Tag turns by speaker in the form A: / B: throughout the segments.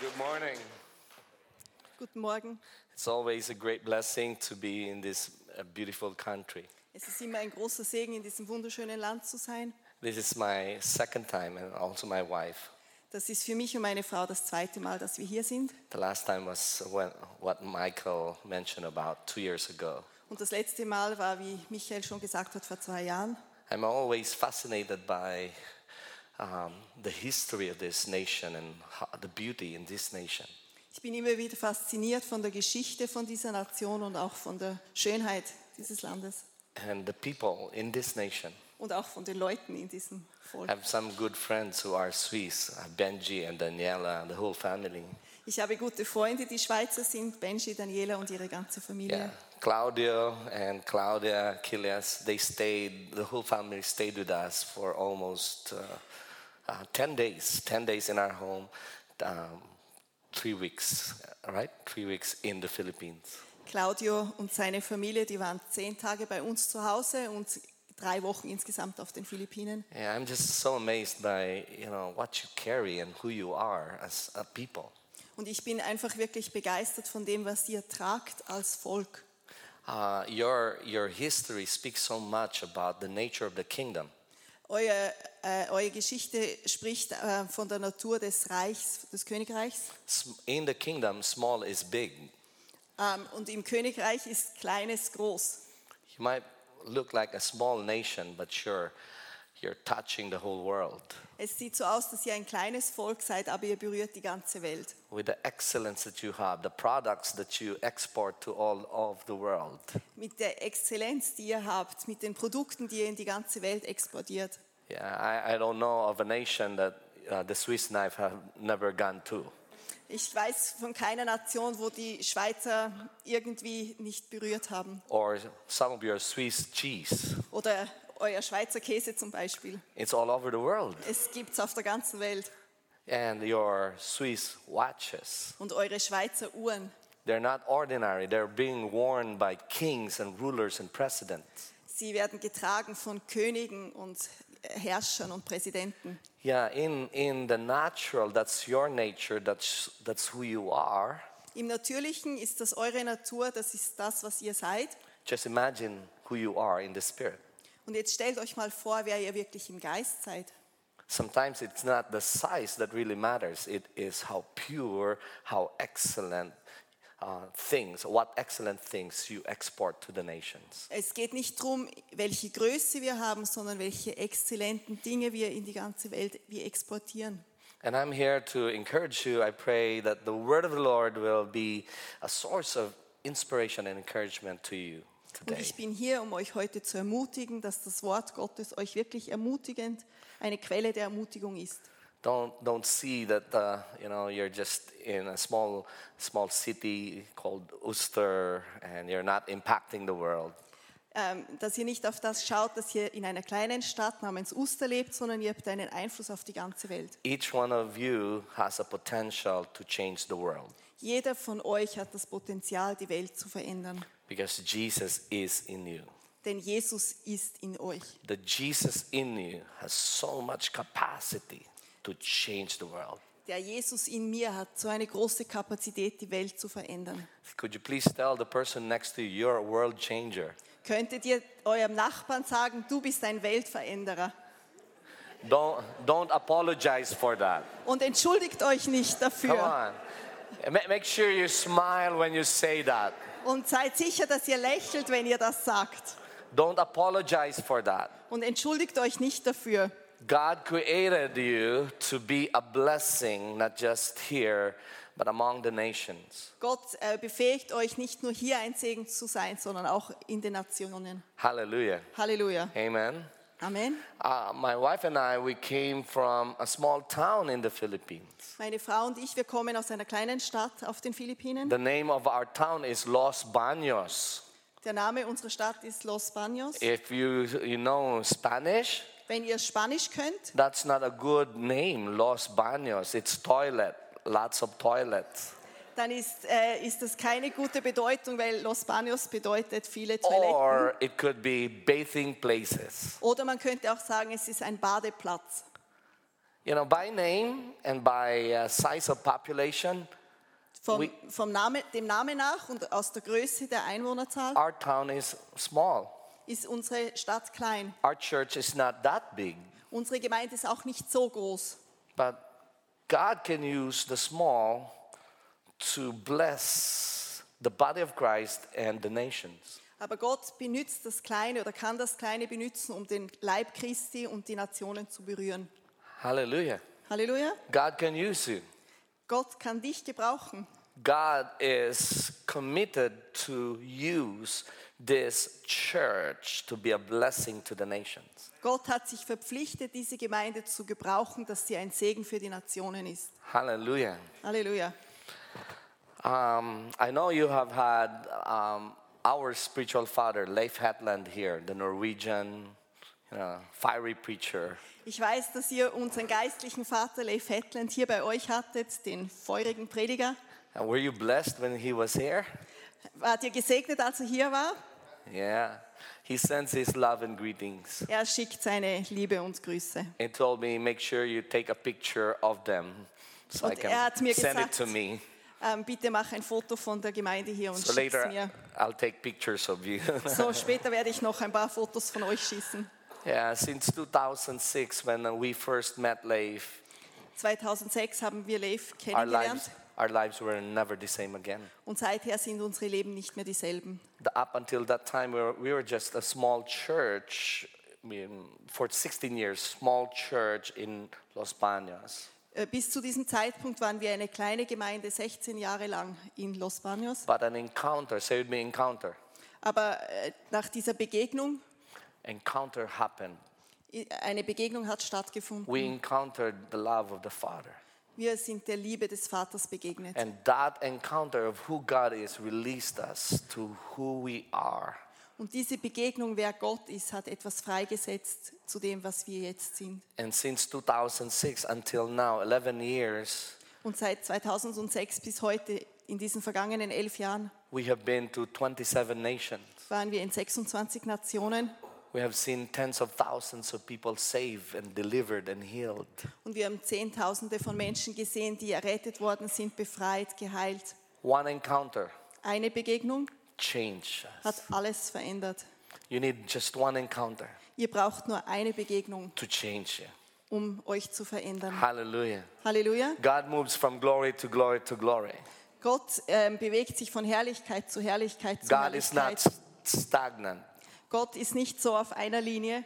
A: Good morning.
B: Guten Morgen.
A: It's always a great blessing to be in this uh, beautiful country.
B: Es ist immer ein großer Segen, in diesem wunderschönen Land zu sein.
A: This is my second time, and also my wife.
B: Das ist für mich und meine Frau das zweite Mal, dass wir hier sind.
A: The last time was when, what Michael mentioned about two years ago.
B: Und das letzte Mal war, wie Michael schon gesagt hat, vor zwei Jahren.
A: I'm always fascinated by um, the history of this nation and ho- the beauty in this nation.
B: Ich bin immer wieder fasziniert von der Geschichte von dieser Nation und auch von der Schönheit dieses Landes
A: And the people in this nation
B: und auch von den Leuten in diesem
A: I
B: Volk.
A: have some good friends who are Swiss, uh, Benji and Daniela and the whole family.
B: Ich habe gute Freunde, die Schweizer sind, Benji, Daniela und ihre ganze Familie.
A: Yeah. Claudio and Claudia Kiles, they stayed, the whole family stayed with us for almost uh, uh, 10 days, 10 days in our home, um, three weeks, right? Three weeks in the Philippines.
B: Claudio und seine Familie, die waren zehn Tage bei uns zu Hause und drei Wochen insgesamt auf den Philippinen.
A: Yeah, I'm just so amazed by, you know, what you carry and who you are as a people.
B: Und ich bin einfach wirklich begeistert von dem, was ihr tragt als Volk.
A: Uh, your, your history speaks so much about the nature of the kingdom.
B: Euer, äh, eure Geschichte spricht äh, von der Natur des Reichs, des Königreichs.
A: S- In the kingdom, small is big,
B: Ähm, und im Königreich ist Kleines groß.
A: You might look like a small nation, but you're, you're touching the whole world
B: Es sieht so aus, dass ihr ein kleines Volk seid, aber ihr berührt die ganze Welt.
A: with the excellence that you have, the products that you export to all of the world.
B: Mit der Exzellenz, die ihr habt, mit den Produkten, die ihr in die ganze Welt exportiert.
A: Yeah, I, I don't know of a nation that uh, the Swiss knife have never gone to.
B: Ich weiß von keiner Nation, wo die Schweizer irgendwie nicht berührt haben.
A: Or some of your Swiss cheese.
B: Oder euer Schweizer Käse zum Beispiel.
A: It's all over the world.
B: Es gibt's auf der ganzen Welt.
A: And your Swiss watches.
B: Und eure Schweizer Uhren,
A: They're not ordinary, they're being worn by kings and rulers and presidents.
B: sie werden getragen von Königen und Herrschern und Präsidenten.
A: Yeah, in, in the natural, that's your nature, that's, that's who you are.
B: Im Natürlichen ist das eure Natur, das ist das, was ihr seid.
A: Just imagine who you are in the spirit.
B: Und jetzt stellt euch mal vor, wer ihr wirklich im Geist seid.
A: Sometimes it's not the size that really matters, it is how pure, how excellent uh, things, what excellent things you export to the nations.
B: Es geht nicht darum, welche Größe wir haben, sondern welche exzellenten Dinge wir in die ganze Welt wir exportieren.
A: And I'm here to encourage you. I pray that the word of the Lord will be a source of inspiration and encouragement to you
B: Und
A: today.
B: ich bin hier, um euch heute zu ermutigen, dass das Wort Gottes euch wirklich ermutigend, eine Quelle der Ermutigung ist.
A: don't don't see that uh, you know you're just in a small small city called Uster and you're not impacting the world.
B: ähm, dass ihr nicht auf das schaut, dass ihr in einer kleinen Stadt namens Uster lebt, sondern ihr habt einen Einfluss auf die ganze Welt.
A: Each one of you has a potential to change the world
B: Jeder von euch hat das Potenzial, die Welt zu verändern,
A: because Jesus is in you.
B: denn Jesus ist in euch.
A: The Jesus in you has so much capacity to change the world.
B: Der Jesus in mir hat so eine große Kapazität, die Welt zu verändern.
A: Could you please tell the person next to you you're a world changer?
B: Könntet ihr eurem Nachbarn sagen, du bist ein Weltveränderer?
A: Don't don't apologize for that.
B: Und entschuldigt euch nicht
A: Come
B: dafür.
A: on. Ma- Make sure you smile when you say that.
B: Und seid sicher, dass ihr lächelt, wenn ihr das sagt.
A: Don't apologize for that.
B: Und entschuldigt euch nicht dafür.
A: God created you to be a blessing, not just here, but among the nations.
B: Gott äh, befähigt euch nicht nur hier ein Segen zu sein, sondern auch in den Nationen.
A: Hallelujah.
B: Halleluja.
A: Amen.
B: Amen.
A: Uh, my wife and I, we came from a small town in the Philippines.
B: Meine Frau und ich, wir kommen aus einer kleinen Stadt auf den Philippinen.
A: The name of our town is Los Baños.
B: Der Name unserer Stadt ist Los Baños.
A: If you, you know Spanish,
B: Wenn ihr Spanisch könnt,
A: that's not a good name, Los Baños. It's toilet, lots of toilets.
B: dann ist, äh, ist das keine gute Bedeutung, weil Los Baños bedeutet viele Toiletten.
A: Or it could be bathing places.
B: Oder man könnte auch sagen, es ist ein Badeplatz.
A: You know, by name and by uh, size of population,
B: Vom,
A: We-
B: vom Name, dem Namen nach und aus der Größe der Einwohnerzahl
A: our town is small.
B: ist unsere Stadt klein.
A: Our church is not that big,
B: Unsere Gemeinde ist auch nicht so groß.
A: but God can use the small to bless the body of Christ and the nations.
B: Aber Gott benützt das Kleine oder kann das Kleine benützen, um den Leib Christi und die Nationen zu berühren.
A: Hallelujah.
B: Halleluja.
A: God can use you.
B: Gott kann dich gebrauchen.
A: God is committed to use this church to be a blessing to the nations.
B: Gott hat sich verpflichtet, diese Gemeinde zu gebrauchen, dass sie ein Segen für die Nationen ist.
A: Hallelujah.
B: Halleluja.
A: Um, I know you have had um, our spiritual father, Leif Hetland, here, the Norwegian you know, fiery preacher.
B: Ich weiß, dass ihr unseren geistlichen Vater Leif Hetland hier bei euch hattet, den feurigen Prediger.
A: And were you blessed when he was here?
B: Wart ihr gesegnet, als er hier war?
A: Yeah. He sends his love and greetings.
B: Er schickt seine Liebe und Grüße.
A: and told me, make sure you take a picture of them so I
B: Und er hat
A: can
B: mir
A: send it to
B: gesagt-
A: me.
B: Ähm, bitte mach ein Foto von der Gemeinde hier und
A: So
B: schick's
A: later,
B: mir.
A: I'll take pictures of you.
B: So, später werde ich noch ein paar Fotos von euch schießen.
A: yeah, since 2006, when we first met Leif,
B: 2006 haben wir Leif
A: our
B: kennengelernt
A: lives, our lives were never the same again.
B: und seither sind unsere Leben nicht mehr dieselben.
A: The, up until that time, we were, we were just a small church um, for 16 years, small church in Los Baños.
B: Äh, Bis zu diesem Zeitpunkt waren wir eine kleine Gemeinde, 16 Jahre lang in Los Banos.
A: But an encounter, say with me, encounter.
B: Aber äh, nach dieser Begegnung,
A: Encounter happened.
B: i- eine Begegnung hat stattgefunden.
A: We encountered the love of the Father.
B: Wir sind der Liebe des Vaters begegnet.
A: And that encounter of who God is released us to who we are.
B: Und diese Begegnung, wer Gott ist, hat etwas freigesetzt zu dem, was wir jetzt sind.
A: And since 2006 until now, 11 years,
B: Und seit 2006 bis heute, in diesen vergangenen elf Jahren,
A: we have been to 27 nations.
B: waren wir in 26 Nationen
A: We have seen tens of thousands of people saved and delivered and healed.
B: und wir haben Zehntausende von Menschen gesehen, die errettet worden sind, befreit, geheilt.
A: One encounter
B: Eine Begegnung
A: changed us.
B: hat alles verändert.
A: You need just one encounter
B: Ihr braucht nur eine Begegnung,
A: to change you.
B: um euch zu verändern.
A: Hallelujah.
B: Halleluja.
A: God moves from glory to glory to glory.
B: Gott ähm, bewegt sich von Herrlichkeit zu Herrlichkeit zu
A: God is not
B: Herrlichkeit.
A: s- stagnant.
B: Gott ist nicht so auf einer Linie.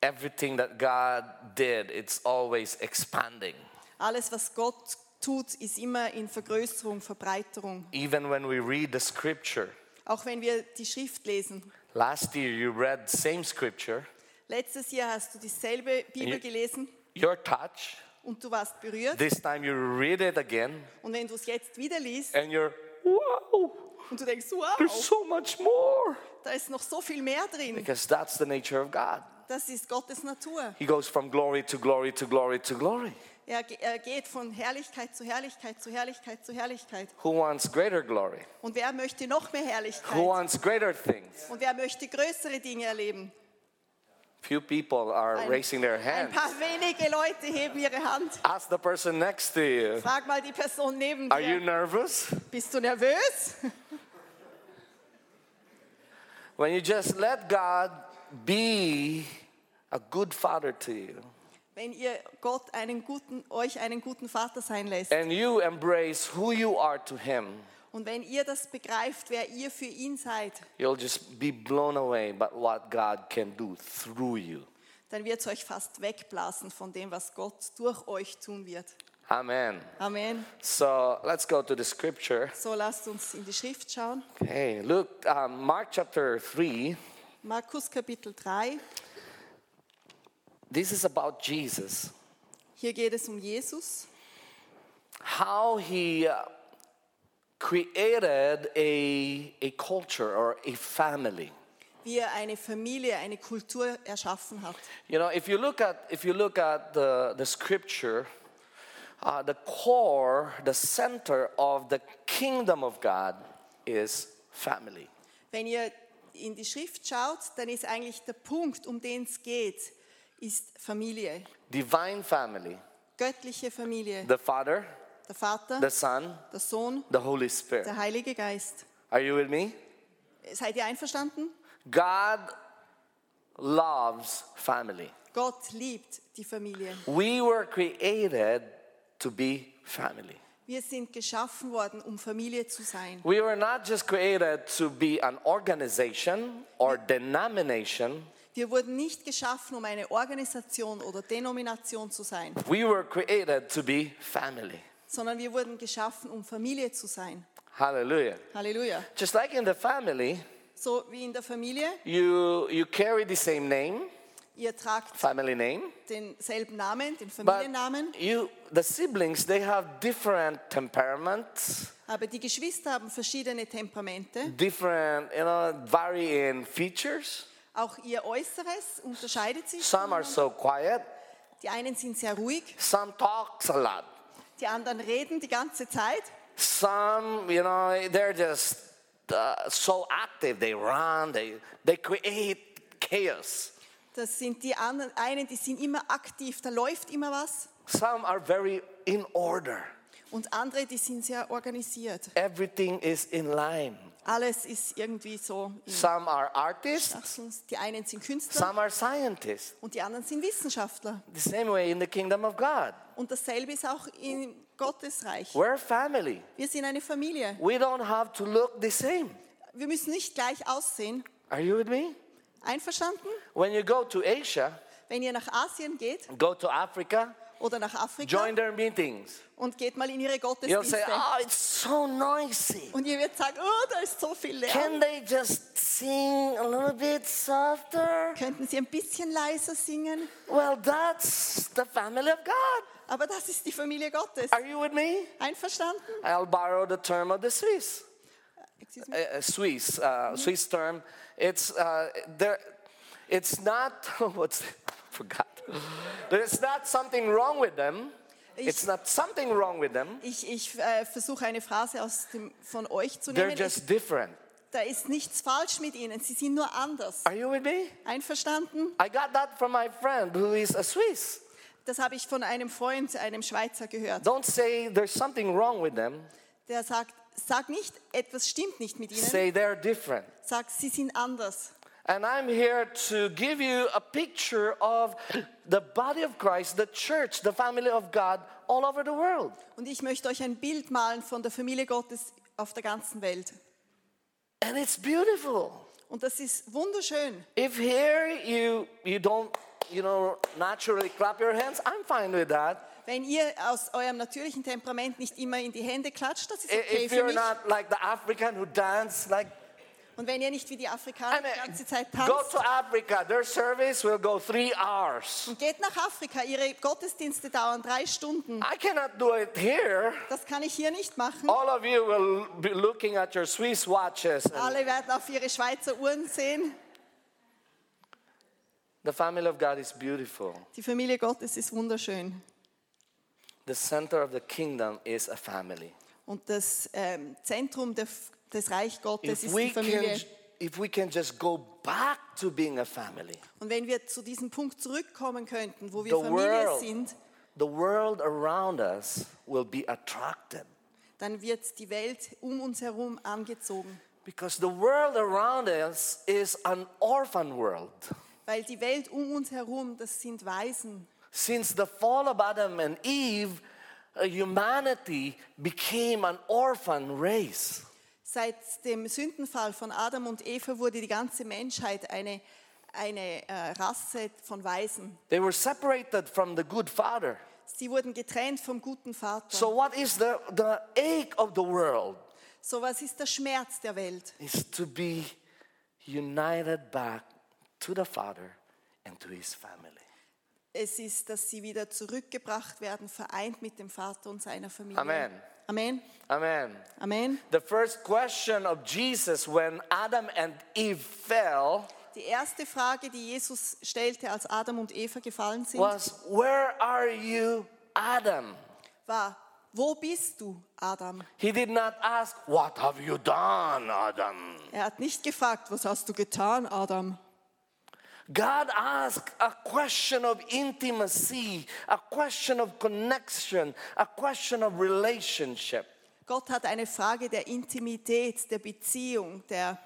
A: everything that God did, it's always expanding.
B: Alles, was Gott tut, ist immer in Vergrößerung, Verbreiterung.
A: Even when we read the scripture,
B: Auch wenn wir die Schrift lesen.
A: last year you read same scripture,
B: Letztes Jahr hast du dieselbe Bibel
A: Ja.
B: gelesen
A: your touch.
B: und du warst berührt.
A: This time you read it again,
B: Und wenn du es jetzt wieder liest
A: and you're wow,
B: und du denkst,
A: there's
B: wow,
A: so much more.
B: da ist noch so viel mehr drin.
A: Because that's the nature of God.
B: Das ist Gottes Natur.
A: He goes from glory to glory to glory to glory.
B: Er, ge- er geht von Herrlichkeit zu Herrlichkeit zu Herrlichkeit zu Herrlichkeit.
A: Who wants greater glory?
B: Und wer möchte noch mehr
A: Who
B: Herrlichkeit?
A: wants greater things?
B: Und wer möchte größere Dinge erleben?
A: Few people are
B: Ein-
A: raising their
B: Ein
A: hands.
B: paar wenige Leute heben ihre Hand.
A: Ask the person next to you.
B: Frag mal die Person neben
A: Are you
B: dir.
A: nervous?
B: Bist du nervös?
A: When you just let God be a good father to you
B: Wenn ihr Gott einen guten, euch einen guten Vater sein lässt
A: and you embrace who you are to Him,
B: und wenn ihr das begreift, wer ihr für ihn seid,
A: you'll just be blown away by what God can do through you.
B: dann wird es euch fast wegblasen von dem, was Gott durch euch tun wird.
A: Amen.
B: Amen.
A: So let's go to the scripture.
B: So lasst uns in die Schrift schauen.
A: Hey, look, um, Mark chapter 3.
B: Markus Kapitel 3.
A: This is about Jesus,
B: Hier geht es um Jesus,
A: how he uh, created a, a culture or a family.
B: wie er eine Familie, eine Kultur erschaffen hat.
A: You know, if you look at if you look at the the scripture, uh, the core, the center of the kingdom of God is family.
B: Wenn ihr in die Schrift schaut, dann ist eigentlich der Punkt, um den es geht, ist Familie,
A: Divine family
B: göttliche Familie,
A: the Father,
B: der Vater,
A: the Son,
B: der Sohn,
A: the Holy Spirit.
B: der Heilige Geist.
A: Are you with me?
B: Seid ihr einverstanden?
A: God loves family.
B: Gott liebt die Familie.
A: We were created to be family.
B: Wir sind geschaffen worden, um Familie zu sein.
A: We were not just created to be an organization or denomination.
B: Wir wurden nicht geschaffen, um eine Organisation oder Denomination zu sein,
A: We were created to be family.
B: sondern wir wurden geschaffen, um Familie zu sein.
A: Hallelujah.
B: Halleluja.
A: Just like in the family,
B: So wie in der Familie,
A: you you carry the same name,
B: ihr tragt
A: family name,
B: denselben Namen, den
A: but
B: Familiennamen,
A: you the siblings they have different temperaments,
B: aber die Geschwister haben verschiedene Temperamente.
A: different you know vary in features.
B: Auch ihr Äußeres unterscheidet sich.
A: Some are so quiet,
B: Die einen sind sehr ruhig,
A: some talks a lot,
B: die anderen reden die ganze Zeit.
A: some you know they're just uh, so active. They run, they they create chaos.
B: Das sind die anderen, einen, die sind immer aktiv, da läuft immer was.
A: Some are very in order.
B: Und andere, die sind sehr organisiert.
A: Everything is in line.
B: Alles ist irgendwie so. in
A: Some are artists,
B: Sachsen. Die einen sind Künstler
A: some are scientists.
B: und die anderen sind Wissenschaftler.
A: The same way in the kingdom of God.
B: Und dasselbe ist auch in Gottes Reich.
A: We're family.
B: Wir sind eine Familie.
A: We don't have to look the same.
B: Wir müssen nicht gleich aussehen.
A: Are you with me?
B: Einverstanden?
A: When you go to Asia,
B: Wenn ihr nach Asien geht
A: go to Africa,
B: oder nach Afrika
A: join their meetings.
B: und geht mal in ihre
A: You'll say,
B: Gottesdienste
A: oh, it's so noisy.
B: und ihr werdet sagen, oh, da ist so viel Lärm.
A: Can they just sing a little bit softer?
B: Könnten Sie ein bisschen leiser singen?
A: Well, that's the family of God.
B: Aber das ist die Familie Gottes.
A: Are you with me?
B: Einverstanden?
A: I'll borrow the term of the Swiss.
B: Excuse
A: uh,
B: me.
A: uh, Swiss, uh, Swiss term. It's uh, there. It's not. What's forgot? There's not something wrong with them. It's not something wrong with them.
B: Ich, ich äh, versuche eine Phrase aus dem, von euch zu
A: They're
B: nehmen. Es-
A: just different.
B: Da ist nichts falsch mit ihnen, sie sind nur anders.
A: Are you with me?
B: Einverstanden?
A: I got that from my friend who is a Swiss.
B: Das habe ich von einem Freund, einem Schweizer gehört.
A: Don't say there's something wrong with them.
B: Der sagt, sag nicht, etwas stimmt nicht mit ihnen,
A: Say they're different.
B: sag, sie sind anders.
A: And I'm here to give you a picture of the body of Christ, the church, the family of God all over the world.
B: Und ich möchte euch ein Bild malen von der Familie Gottes auf der ganzen Welt.
A: And it's beautiful.
B: Und das ist wunderschön.
A: If here you you don't you know naturally clap your hands, I'm fine with that.
B: Wenn ihr aus eurem natürlichen Temperament nicht immer in die Hände klatscht, das ist
A: I-
B: okay
A: if
B: für
A: you're
B: mich.
A: not like the African who dance like
B: Und wenn ihr nicht wie die
A: I
B: Afrikaner
A: mean,
B: die ganze Zeit
A: go
B: tanzt,
A: to Africa, their service will go three hours.
B: geht nach Afrika. Ihre Gottesdienste dauern drei Stunden.
A: I cannot do it here.
B: Das kann ich hier nicht machen.
A: All of you will be looking at your Swiss watches. and
B: Alle werden auf ihre Schweizer Uhren sehen.
A: the family of God is beautiful.
B: Die Familie Gottes ist wunderschön.
A: The center of the kingdom is a family.
B: Und das ähm, Zentrum der, F- des Reich
A: If
B: Gottes ist die
A: we
B: Familie.
A: can, if we can just go back to being a family,
B: Und wenn wir zu diesem Punkt zurückkommen könnten, wo wir
A: The
B: Familie
A: world.
B: sind,
A: the world around us will be attracted
B: dann wird die Welt um uns herum angezogen.
A: because the world around us is an orphan world.
B: Weil die Welt um uns herum, das sind Waisen.
A: Since the fall of Adam and Eve, uh, humanity became an orphan race.
B: Seit dem Sündenfall von Adam und Eva wurde die ganze Menschheit eine, eine äh, Rasse von Waisen.
A: They were separated from the good father.
B: Sie wurden getrennt vom guten Vater.
A: So, what is the, the ache of the world?
B: So was ist der Schmerz der Welt?
A: Is to be united back to the father and to his family.
B: Es ist, dass sie wieder zurückgebracht werden, vereint mit dem Vater und seiner Familie.
A: Amen.
B: Amen.
A: Amen.
B: Amen.
A: The first question of Jesus when Adam and Eve fell
B: Die erste Frage, die Jesus stellte, als Adam und Eva gefallen sind,
A: was, Where are you, Adam?
B: war, wo bist du, Adam?
A: He did not ask, What have you done, Adam?
B: Er hat nicht gefragt, was hast du getan, Adam?
A: God asked a question of intimacy, a question of connection, a question of relationship.
B: Gott hat eine Frage der Intimität, der Beziehung, der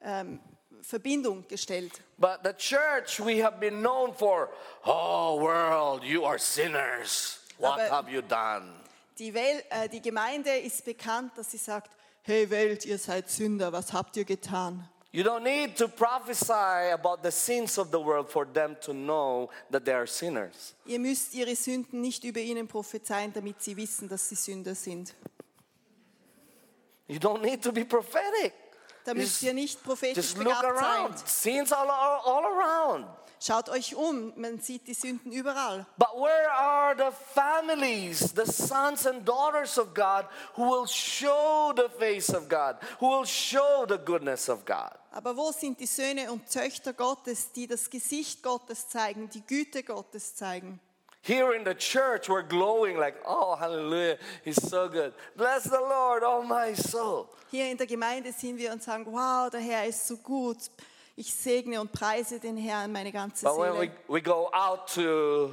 B: ähm, Verbindung gestellt.
A: But the church we have been known for, oh world, you are sinners. What
B: Aber-
A: have you done?
B: Die, Wel äh, die Gemeinde ist bekannt, dass sie sagt, hey Welt, ihr seid Sünder, was habt ihr getan?
A: You don't need to prophesy about the sins of the world for them to know that they are sinners.
B: Ihr müsst ihre Sünden nicht über ihnen prophezeien, damit sie wissen, dass sie Sünder sind.
A: You don't need to be prophetic.
B: Da müsst
A: Just-
B: ihr nicht prophetisch
A: Just look
B: begabt sein.
A: around. Sins all, all, all around.
B: Schaut euch um, man sieht die Sünden überall.
A: But where are the families, the sons and daughters of God, who will show the face of God, who will show the goodness of God?
B: Aber wo sind die Söhne und Töchter Gottes, die das Gesicht Gottes zeigen, die Güte Gottes zeigen?
A: Here in the church, we're glowing like, oh, hallelujah, he's so good. Bless the Lord, oh my soul.
B: Hier in der Gemeinde sind wir und sagen, wow, der Herr ist so gut. Ich segne und preise den Herrn meine ganze
A: But when we,
B: Seele.
A: we go out to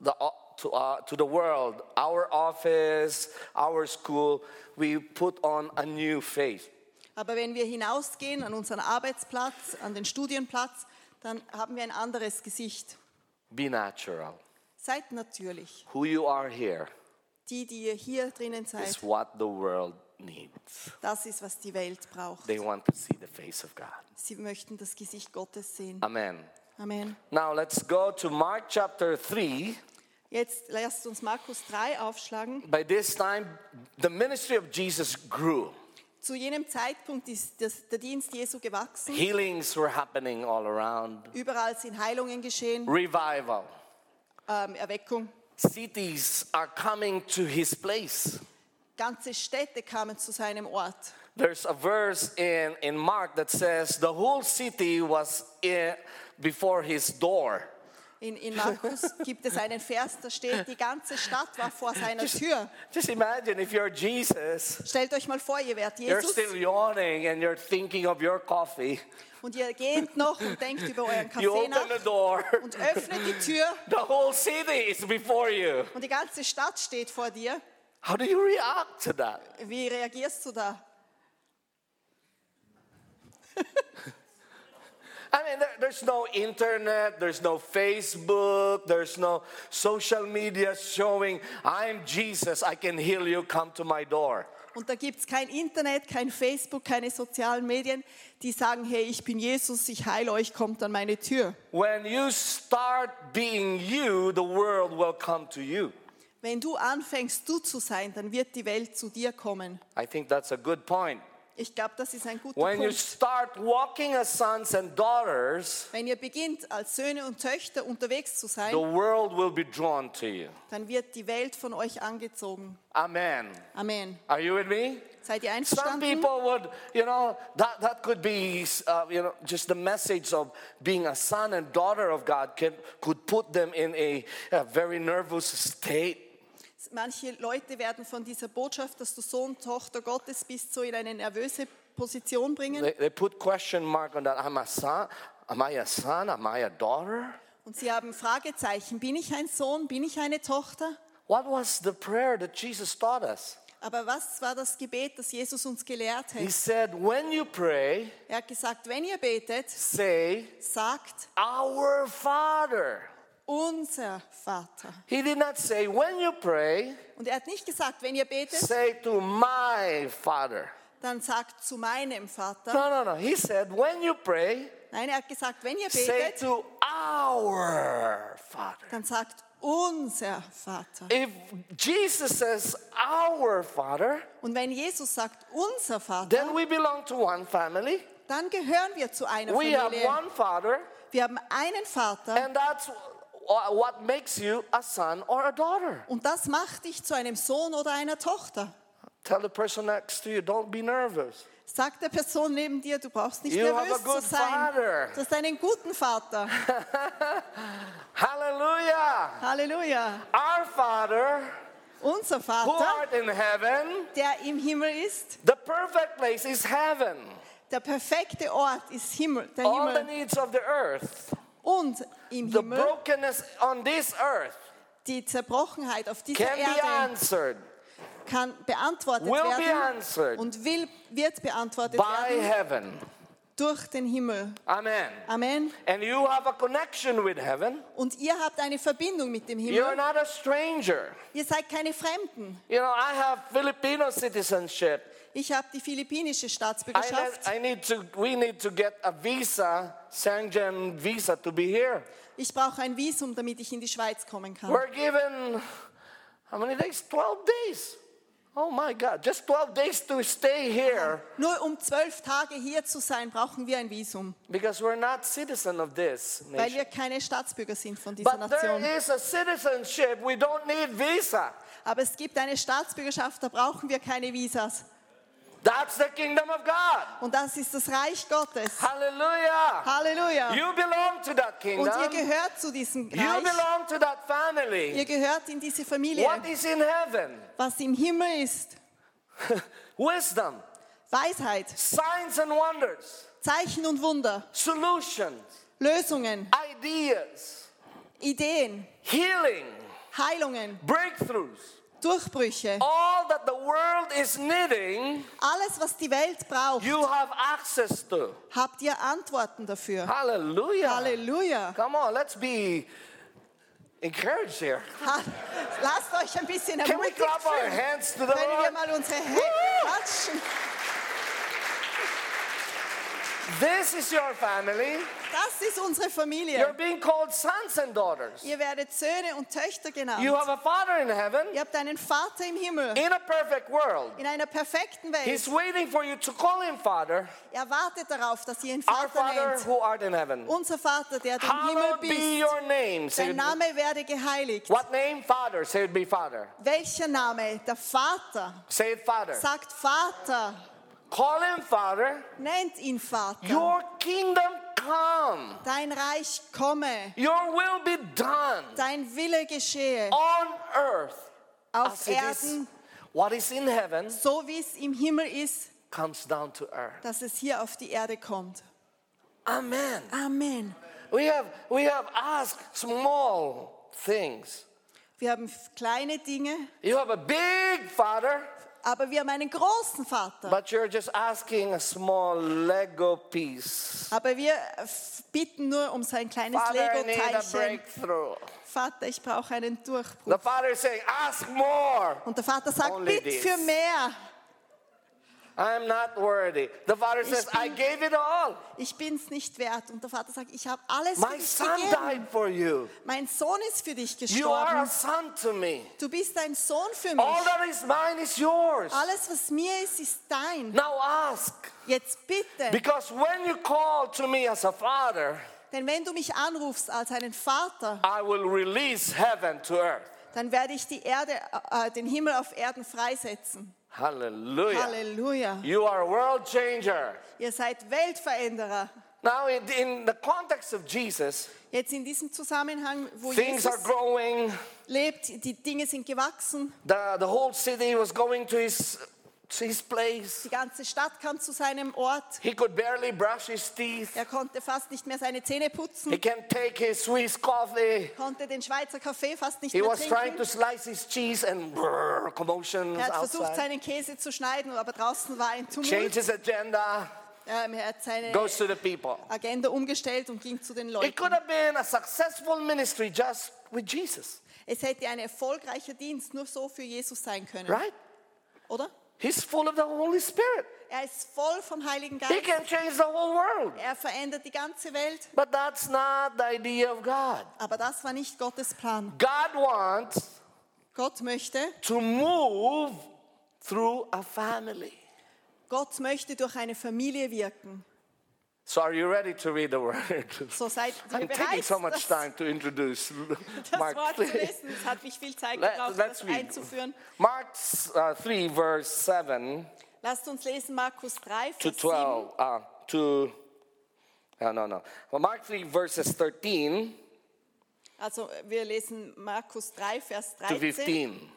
A: the, to, uh, to the world, our office, our school, we put on a new faith.
B: Aber wenn wir hinausgehen an unseren Arbeitsplatz, an den Studienplatz, dann haben wir ein anderes Gesicht.
A: Be natural.
B: Seid natürlich.
A: Who you are here
B: Die, die ihr hier drinnen seid,
A: is what the world needs.
B: das ist, was die Welt braucht.
A: They want to see the face of God.
B: Sie möchten das Gesicht Gottes sehen.
A: Amen.
B: Amen.
A: Now let's go to Mark chapter 3.
B: Jetzt lasst uns Markus 3 aufschlagen.
A: By this time, the ministry of Jesus grew.
B: Zu jenem Zeitpunkt ist das, der Dienst Jesu gewachsen.
A: Healings were happening all around.
B: Überall sind Heilungen geschehen,
A: Revival.
B: ähm, Erweckung.
A: Cities are coming to his place.
B: Ganze Städte kamen zu seinem Ort.
A: There's a verse in, in Mark that says the whole city was in, before his door.
B: In, in Markus gibt es einen Vers, da steht, die ganze Stadt war vor seiner Tür.
A: Just imagine if you're Jesus,
B: Stellt euch mal vor, ihr wärt
A: you're
B: Jesus
A: still yawning and you're thinking of your coffee.
B: und ihr geht noch und denkt über euren
A: You
B: Kaffee
A: open the
B: nach
A: door,
B: und öffnet die Tür
A: the whole city is before you.
B: und die ganze Stadt steht vor dir.
A: How do you react to that?
B: Wie reagierst du da?
A: I mean, there, there's no internet, there's no Facebook, there's no social media showing, I'm Jesus, I can heal you, come to my door.
B: Und da gibt es kein Internet, kein Facebook, keine sozialen Medien, die sagen, hey, ich bin Jesus, ich heile euch, kommt an meine Tür.
A: When you start being you, the world will come to you.
B: Wenn du anfängst, du zu sein, dann wird die Welt zu dir kommen.
A: I think that's a good point.
B: Ich glaube, das ist ein guter
A: When you
B: Punkt.
A: start walking as sons and daughters,
B: Wenn ihr beginnt, als Söhne und Töchter unterwegs zu
A: the
B: sein,
A: world will be drawn to you.
B: dann wird die Welt von euch angezogen.
A: Amen.
B: Amen.
A: Are you with me?
B: Seid ihr
A: Some
B: einverstanden?
A: people would, you know, that, that could be, uh, you know, just the message of being a son and daughter of God can, could put them in a, a very nervous state.
B: Manche Leute werden von dieser Botschaft, dass du Sohn, Tochter Gottes bist, so in eine nervöse Position bringen.
A: They, they put question mark on that. I'm a son. Am I a son? Am I a daughter?
B: Und sie haben Fragezeichen. Bin ich ein Sohn? Bin ich eine Tochter?
A: What was the prayer that Jesus taught us?
B: Aber was war das Gebet, das Jesus uns gelehrt
A: He
B: hat?
A: said, When you pray,
B: Er hat gesagt, wenn ihr betet,
A: say,
B: sagt
A: Our Father.
B: unser Vater.
A: He did not say, When you pray,
B: Und er hat nicht gesagt, wenn ihr betet,
A: say to my Father.
B: dann sagt zu meinem Vater.
A: No, no, no. He said, When you pray,
B: Nein, er hat gesagt, wenn ihr
A: say
B: betet,
A: to our Father.
B: dann sagt unser Vater.
A: If Jesus says our Father,
B: Und wenn Jesus sagt unser Vater,
A: then we belong to one family.
B: dann gehören wir zu einer
A: We have
B: Familie.
A: one Father,
B: Wir haben einen Vater
A: and that's what makes you a son or a daughter.
B: und das macht dich zu einem Sohn oder einer Tochter.
A: Tell the person next to you, don't be nervous.
B: Sag der Person neben dir, du brauchst nicht
A: You have
B: nervös
A: a good
B: zu sein.
A: father.
B: Du hast einen guten Vater.
A: Hallelujah!
B: Halleluja.
A: Our Father,
B: Unser
A: who
B: Vater,
A: art in heaven,
B: der im Himmel ist,
A: the perfect place is heaven.
B: der perfekte Ort ist Himmel, der
A: All the
B: Himmel.
A: needs of the earth
B: Und im
A: The
B: Himmel
A: brokenness on this earth
B: die Zerbrochenheit auf dieser
A: can be
B: Erde
A: answered
B: kann beantwortet
A: will be
B: werden
A: answered
B: und will, wird beantwortet
A: by
B: werden
A: heaven.
B: durch den Himmel.
A: Amen.
B: Amen.
A: And you have a connection with heaven.
B: Und ihr habt eine Verbindung mit dem
A: You're
B: Himmel.
A: not a stranger.
B: Ihr seid keine Fremden.
A: You know, I have Filipino citizenship.
B: Ich habe die philippinische
A: I need,
B: Staatsbürgerschaft.
A: I need to, we need to get a visa, Schengen visa to be here.
B: Ich brauche ein Visum, damit ich in die Schweiz kommen kann.
A: We're given, how many days? 12 days. Oh my God, just 12 days to stay here
B: Nur um zwölf Tage hier zu sein, brauchen wir ein Visum,
A: because we're not citizen of this
B: weil
A: nation.
B: wir keine Staatsbürger sind von dieser
A: But
B: Nation.
A: there is a citizenship, we don't need visa.
B: Aber es gibt eine Staatsbürgerschaft, da brauchen wir keine Visas.
A: That's the kingdom of God.
B: Und das ist das Reich Gottes.
A: Hallelujah.
B: Halleluja.
A: You belong to that
B: Und ihr
A: kingdom.
B: gehört zu diesem
A: You
B: Reich.
A: belong to that family.
B: Ihr gehört in diese Familie.
A: What is in heaven?
B: Was im Himmel ist,
A: Wisdom,
B: Weisheit,
A: signs and wonders,
B: Zeichen und Wunder,
A: solutions,
B: Lösungen,
A: ideas,
B: Ideen,
A: healing,
B: Heilungen,
A: breakthroughs.
B: Durchbrüche.
A: All that the world is needing,
B: Alles, was die Welt braucht,
A: you have access to.
B: habt ihr Antworten dafür.
A: Hallelujah.
B: Halleluja.
A: Come on, let's be encouraged here.
B: Ha- Lasst euch ein bisschen
A: Can we
B: ermutigt
A: clap our
B: fühlen.
A: hands to the
B: Können wir
A: Lord?
B: mal unsere Hände
A: Woo!
B: klatschen?
A: This is your family.
B: Das ist unsere
A: You're
B: Familie.
A: being called sons and daughters.
B: Ihr werdet Söhne und Töchter
A: You
B: genannt.
A: have a father in heaven
B: Ihr habt einen Vater im Himmel,
A: in a perfect world.
B: in einer perfekten
A: He's
B: Welt.
A: waiting for you to call him father,
B: Er wartet darauf, dass ihr ihn
A: our
B: Vater
A: father
B: nennt.
A: who art in heaven.
B: Unser Vater, der du im Himmel
A: Hallowed be
B: bist,
A: your name. Say
B: dein
A: it-
B: Name werde geheiligt.
A: What name? Father. Say it be father.
B: Welcher Name? Der Vater.
A: Say it father.
B: Sagt Vater.
A: Call him father.
B: Nennt ihn Vater.
A: Your kingdom come.
B: Dein Reich komme.
A: Your will be done
B: Dein Wille geschehe.
A: on earth
B: Auf
A: as it is.
B: Erden,
A: What is in heaven
B: so wie es im Himmel ist,
A: comes down to earth.
B: dass es hier auf die Erde kommt.
A: Amen.
B: Amen.
A: We have we have asked small things.
B: Wir haben kleine Dinge,
A: You have a big father,
B: aber wir haben einen großen Vater.
A: but you're just asking a small Lego piece.
B: Aber wir f- bitten nur um sein kleines
A: Father, I need a
B: Lego-Teilchen.
A: breakthrough.
B: Vater, ich brauche einen Durchbruch.
A: The father is saying, ask more.
B: Und der Vater sagt,
A: Only
B: bitt
A: this.
B: für mehr.
A: I'm not worthy. The father says, I
B: bin-
A: gave it all.
B: Ich bin's nicht wert. Und der Vater sagt, ich habe alles
A: My
B: für dich
A: son
B: gegeben.
A: died for you.
B: Mein Sohn ist für dich
A: You are a
B: gestorben.
A: son to me.
B: Du bist ein Sohn für
A: All
B: mich.
A: that is mine is yours.
B: Alles, was mir ist, ist dein.
A: Now ask.
B: Jetzt bitte.
A: Because when you call to me as a father,
B: Denn wenn du mich anrufst als einen Vater,
A: I will release heaven to earth.
B: dann werde ich die Erde, äh, den Himmel auf Erden freisetzen.
A: Hallelujah.
B: Halleluja.
A: You are a world changer.
B: Ihr seid Weltveränderer.
A: Now, in, in the context of Jesus,
B: Jetzt in diesem Zusammenhang, wo
A: things are
B: Oh, Jesus
A: growing.
B: lebt, die Dinge sind gewachsen,
A: The, the whole city was going to his, to his place.
B: die ganze Stadt kam zu seinem Ort.
A: He could barely brush his teeth.
B: Er konnte fast nicht mehr seine Zähne
A: He
B: putzen,
A: can take his Swiss coffee.
B: konnte den Schweizer Kaffee fast nicht
A: He
B: mehr
A: was trying to
B: trinken.
A: slice his cheese and brrr, commotions
B: Er hat versucht,
A: outside.
B: seinen Käse zu schneiden, aber draußen war ein
A: Change
B: Tumult.
A: his agenda,
B: Ähm, Er hat seine
A: goes to the people.
B: Agenda umgestellt und ging zu den
A: It could
B: Leuten.
A: have been a successful ministry just with Jesus,
B: Es hätte ein erfolgreicher Dienst nur so für Jesus sein können,
A: right?
B: oder?
A: He's full of the Holy Spirit.
B: Er ist voll vom Heiligen
A: He
B: Geist.
A: can change the whole world.
B: Er verändert die ganze Welt.
A: But that's not the idea of God.
B: Aber das war nicht Gottes Plan.
A: God wants
B: Gott möchte,
A: to move through a family.
B: Gott möchte durch eine Familie wirken.
A: So, are you ready to read the word?
B: So seid ihr
A: I'm taking
B: bereit,
A: so much
B: das,
A: time to introduce
B: das
A: Mark.
B: Wort zu lesen. Es hat mich viel Zeit
A: Let-
B: gebraucht,
A: let's
B: das
A: read.
B: einzuführen.
A: Mark uh, 3, verse 7
B: Lasst uns lesen Markus 3,
A: to
B: Vers 7.
A: 12. Uh, to, uh, no, no, no. Well, Mark 3, verses 13
B: Also wir lesen Markus 3, Vers
A: to
B: 13
A: 15.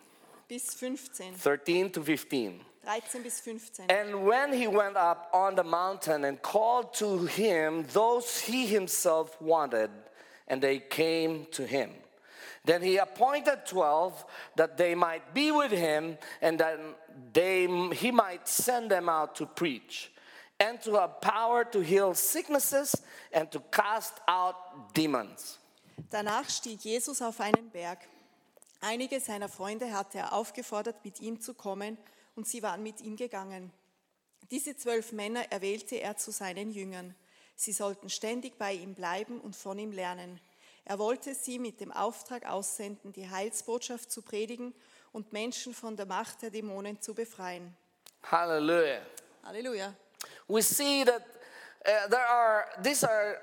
B: bis 15.
A: 13 to 15.
B: 13 bis 15.
A: And when he went up on the mountain and called to him those he himself wanted, and they came to him. Then he appointed 12 that they might be with him and that they, he might send them out to preach and to have power to heal sicknesses and to cast out demons.
B: Danach stieg Jesus auf einen Berg. Einige seiner Freunde hatte er aufgefordert, mit ihm zu kommen, und sie waren mit ihm gegangen. Diese zwölf Männer erwählte er zu seinen Jüngern. Sie sollten ständig bei ihm bleiben und von ihm lernen. Er wollte sie mit dem Auftrag aussenden, die Heilsbotschaft zu predigen und Menschen von der Macht der Dämonen zu befreien.
A: Hallelujah.
B: Halleluja.
A: We see that uh, there are, these are,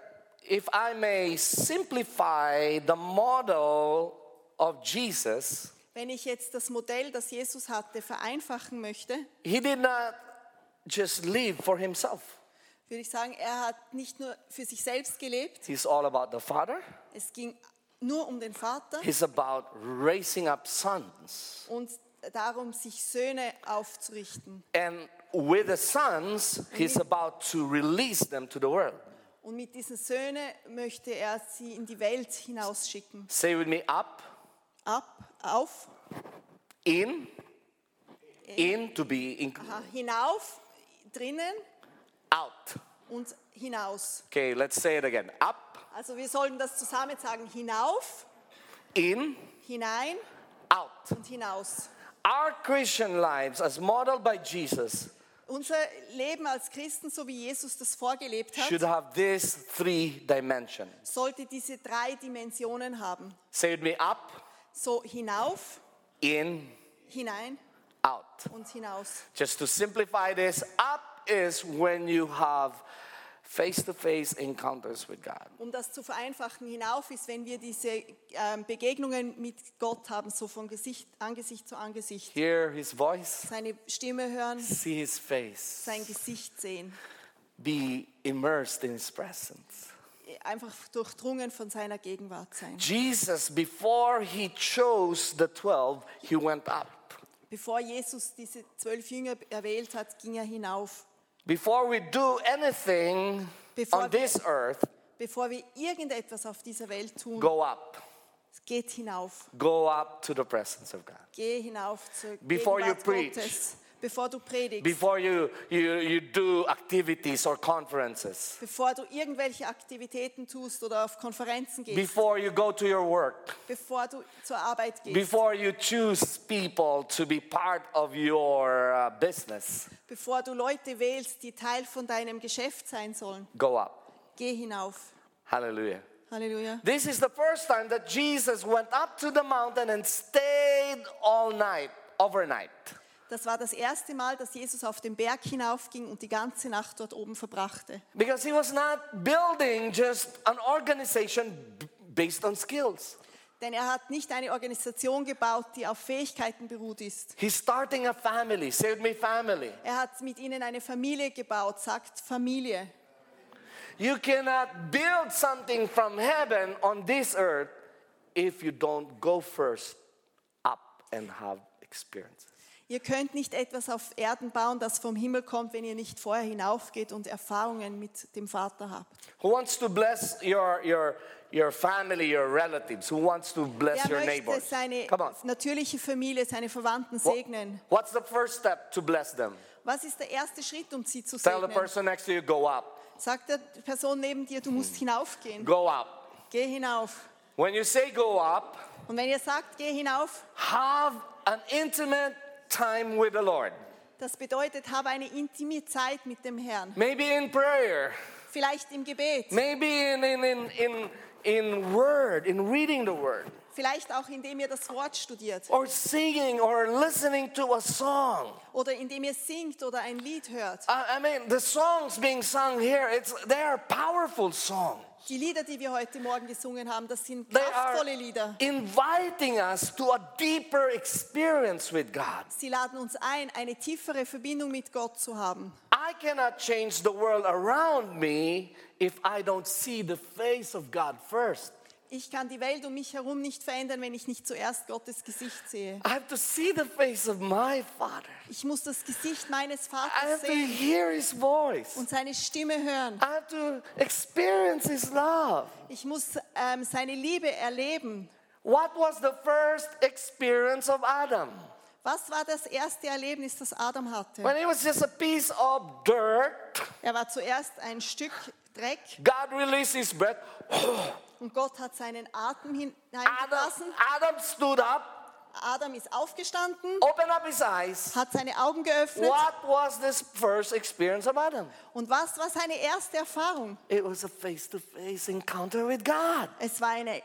A: if I may simplify the model of Jesus,
B: Wenn ich jetzt das Modell, das Jesus hatte, vereinfachen möchte,
A: he did not just live for himself.
B: würde ich sagen, er hat nicht nur für sich selbst gelebt,
A: He's all about the Father,
B: es ging nur um den Vater
A: he's about raising up sons.
B: und darum, sich Söhne aufzurichten.
A: And with the sons, he's about to release them to the world.
B: Und mit diesen Söhnen möchte er sie in die Welt hinausschicken.
A: Say with me up,
B: Ab, auf,
A: in, in to be in,
B: aha, hinauf, drinnen
A: out.
B: und hinaus.
A: Okay, let's say it again. Up,
B: Also wir sollen das zusammen sagen, hinauf,
A: in,
B: hinein
A: out.
B: und hinaus.
A: Our Christian lives, as modeled by Jesus,
B: Unser Leben als Christen, so wie Jesus das vorgelebt
A: should
B: hat,
A: have these three dimensions.
B: sollte diese drei Dimensionen haben.
A: Say with me up,
B: So hinauf,
A: in,
B: hinein
A: out.
B: und hinaus.
A: Just to simplify this, up is when you have face to face encounters with God.
B: Um das zu vereinfachen, hinauf ist, wenn wir diese ähm, Begegnungen mit Gott haben, so von Gesicht, Angesicht zu Angesicht.
A: Hear his voice.
B: Seine Stimme hören,
A: see his face,
B: sein Gesicht sehen.
A: be immersed in his presence.
B: Einfach durchdrungen von seiner Gegenwart sein.
A: Jesus, before he chose the 12, he went up.
B: Bevor Jesus diese zwölf Jünger erwählt hat, ging er hinauf.
A: Before we do anything
B: Before
A: on
B: we-
A: this earth,
B: Bevor wir irgendetwas auf dieser Welt tun,
A: go up.
B: geht hinauf.
A: Go up to the presence of God.
B: Geh hinauf zur
A: Before you
B: Gegenwart
A: preach.
B: Gottes. Bevor du predigst.
A: Before you, you, you do activities or conferences,
B: bevor du irgendwelche Aktivitäten tust oder auf Konferenzen gehst.
A: before you go to your work,
B: bevor du zur Arbeit gehst.
A: before you choose people to be part of your uh, business,
B: Bevor du Leute wählst, die Teil von deinem Geschäft sein sollen,
A: go up.
B: geh hinauf.
A: Hallelujah.
B: Halleluja.
A: This is the first time that Jesus went up to the mountain and stayed all night, overnight.
B: Das war das erste Mal, dass Jesus auf den Berg hinaufging und die ganze Nacht dort oben verbrachte.
A: Because he was not building just an organization b- based on skills.
B: Denn er hat nicht eine Organisation gebaut, die auf Fähigkeiten beruht ist.
A: He's starting a family. Say with me, family.
B: Er hat mit ihnen eine Familie gebaut, sagt Familie.
A: You cannot build something from heaven on this earth if you don't go first up and have experiences.
B: Ihr könnt nicht etwas auf Erden bauen, das vom Himmel kommt, wenn ihr nicht vorher hinaufgeht und Erfahrungen mit dem Vater habt.
A: Who wants to bless your, your, your family, your relatives? Who wants to bless
B: Er
A: your
B: möchte
A: neighbors?
B: seine
A: Come on.
B: natürliche Familie, seine Verwandten
A: Wha-
B: segnen.
A: What's the first step to bless them?
B: Was ist der erste Schritt, um sie zu
A: Tell the
B: segnen?
A: person next to you, go up,
B: Sagt der Person neben dir, du musst hinaufgehen.
A: go up.
B: Geh hinauf.
A: When you say go up,
B: Und wenn ihr sagt, geh hinauf,
A: have an intimate time with the Lord.
B: das bedeutet, habe eine intime Zeit mit dem Herrn.
A: Maybe in prayer,
B: Vielleicht im Gebet,
A: maybe in, in, in, in, in word, in reading the word,
B: vielleicht auch indem ihr das Wort studiert
A: or singing or listening to a song.
B: oder indem ihr singt oder ein Lied hört.
A: I, I mean, the songs being sung here, it's, they are powerful songs.
B: Die Lieder, die wir heute Morgen gesungen haben, das sind
A: They are
B: kraftvolle Lieder.
A: inviting us to a deeper experience with God.
B: Sie laden uns ein, eine tiefere Verbindung mit Gott zu haben.
A: I cannot change the world around me if I don't see the face of God first.
B: Ich kann die Welt um mich herum nicht verändern, wenn ich nicht zuerst Gottes Gesicht sehe.
A: I have to see the face of my Father.
B: Ich muss das Gesicht meines
A: I
B: Vaters
A: have to
B: sehen
A: hear His voice.
B: und seine Stimme hören.
A: I have to experience His love.
B: Ich muss ähm, seine Liebe erleben.
A: What was the first experience of Adam?
B: Was war das erste Erlebnis, das Adam hatte?
A: When he was just a piece of dirt,
B: Er war zuerst ein Stück Dreck
A: God released his breath.
B: und Gott hat seinen Atem
A: Adam,
B: hineingelassen.
A: Adam stood up,
B: Adam ist aufgestanden,
A: opened up his eyes.
B: hat seine Augen geöffnet.
A: What was this first experience of Adam?
B: Und was war seine erste Erfahrung?
A: It was a face to face encounter with God.
B: Es war eine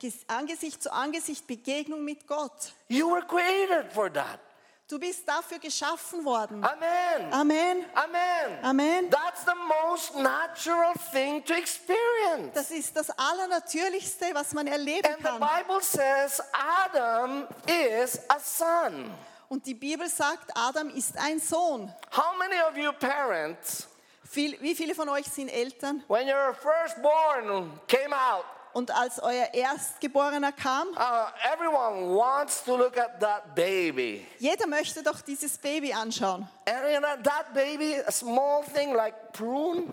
B: Ges- Angesicht zu Angesicht Begegnung mit Gott.
A: You were created for that.
B: Du bist dafür geschaffen worden.
A: Amen.
B: Amen.
A: Amen.
B: Uh, Amen.
A: That's the most natural thing to experience.
B: Das ist das Allernatürlichste, was man erleben
A: And the
B: kann.
A: Bible says Adam is a son.
B: Und die Bibel sagt, Adam ist ein Sohn.
A: How many of you parents,
B: Viel, wie viele von euch sind Eltern?
A: when your firstborn came out,
B: Und als euer Erstgeborener kam,
A: uh, everyone wants to look at that baby.
B: jeder möchte doch dieses Baby anschauen.
A: And you know, that baby, a small thing like prune,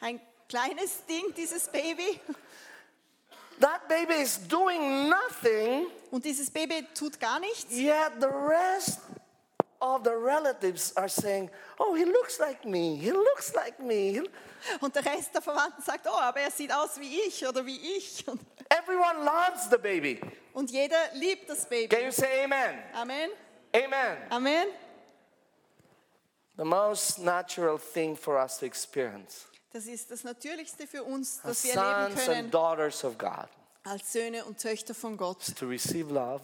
B: Ein kleines Ding, dieses Baby.
A: that baby is doing nothing,
B: Und dieses Baby tut gar nichts.
A: yet the rest of the relatives are saying, Oh, he looks like me, he looks like me. he l-"
B: Und der Rest der Verwandten sagt, oh, aber er sieht aus wie ich oder wie ich. Und-
A: Everyone loves the baby.
B: Und jeder liebt das
A: Can
B: Baby.
A: you say amen?
B: Amen.
A: Amen.
B: Amen.
A: The most natural thing for us to experience
B: Das ist das Natürlichste für uns,
A: as
B: das wir erleben
A: sons and
B: können
A: daughters of God
B: als Söhne und Töchter von Gott,
A: is to receive love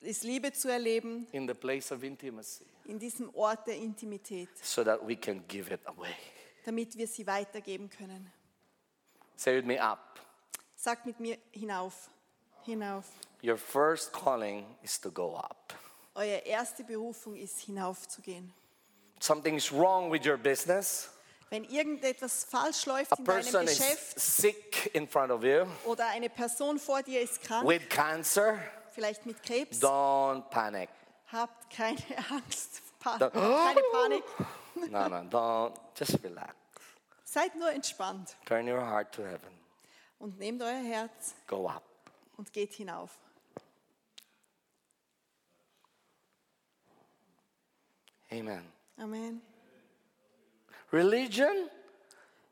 B: ist Liebe zu erleben
A: in the place of intimacy
B: in diesem Ort der Intimität,
A: so that we can give it away.
B: damit wir sie weitergeben können.
A: Say with me up.
B: Sagt mit mir hinauf, hinauf.
A: Your first calling is to go up.
B: Eure erste Berufung ist, hinaufzugehen.
A: Something is wrong with your business.
B: Wenn irgendetwas falsch läuft
A: A
B: in deinem
A: person is
B: Geschäft
A: sick in front of you
B: oder eine Person vor dir ist krank,
A: with cancer.
B: vielleicht mit Krebs,
A: Don't panic.
B: habt keine Angst, pa
A: Da-
B: keine Panik.
A: No, no, don't. Just relax.
B: Seid nur entspannt
A: Turn your heart to heaven.
B: und nehmt euer Herz
A: Go up.
B: und geht hinauf.
A: Amen.
B: Amen.
A: Religion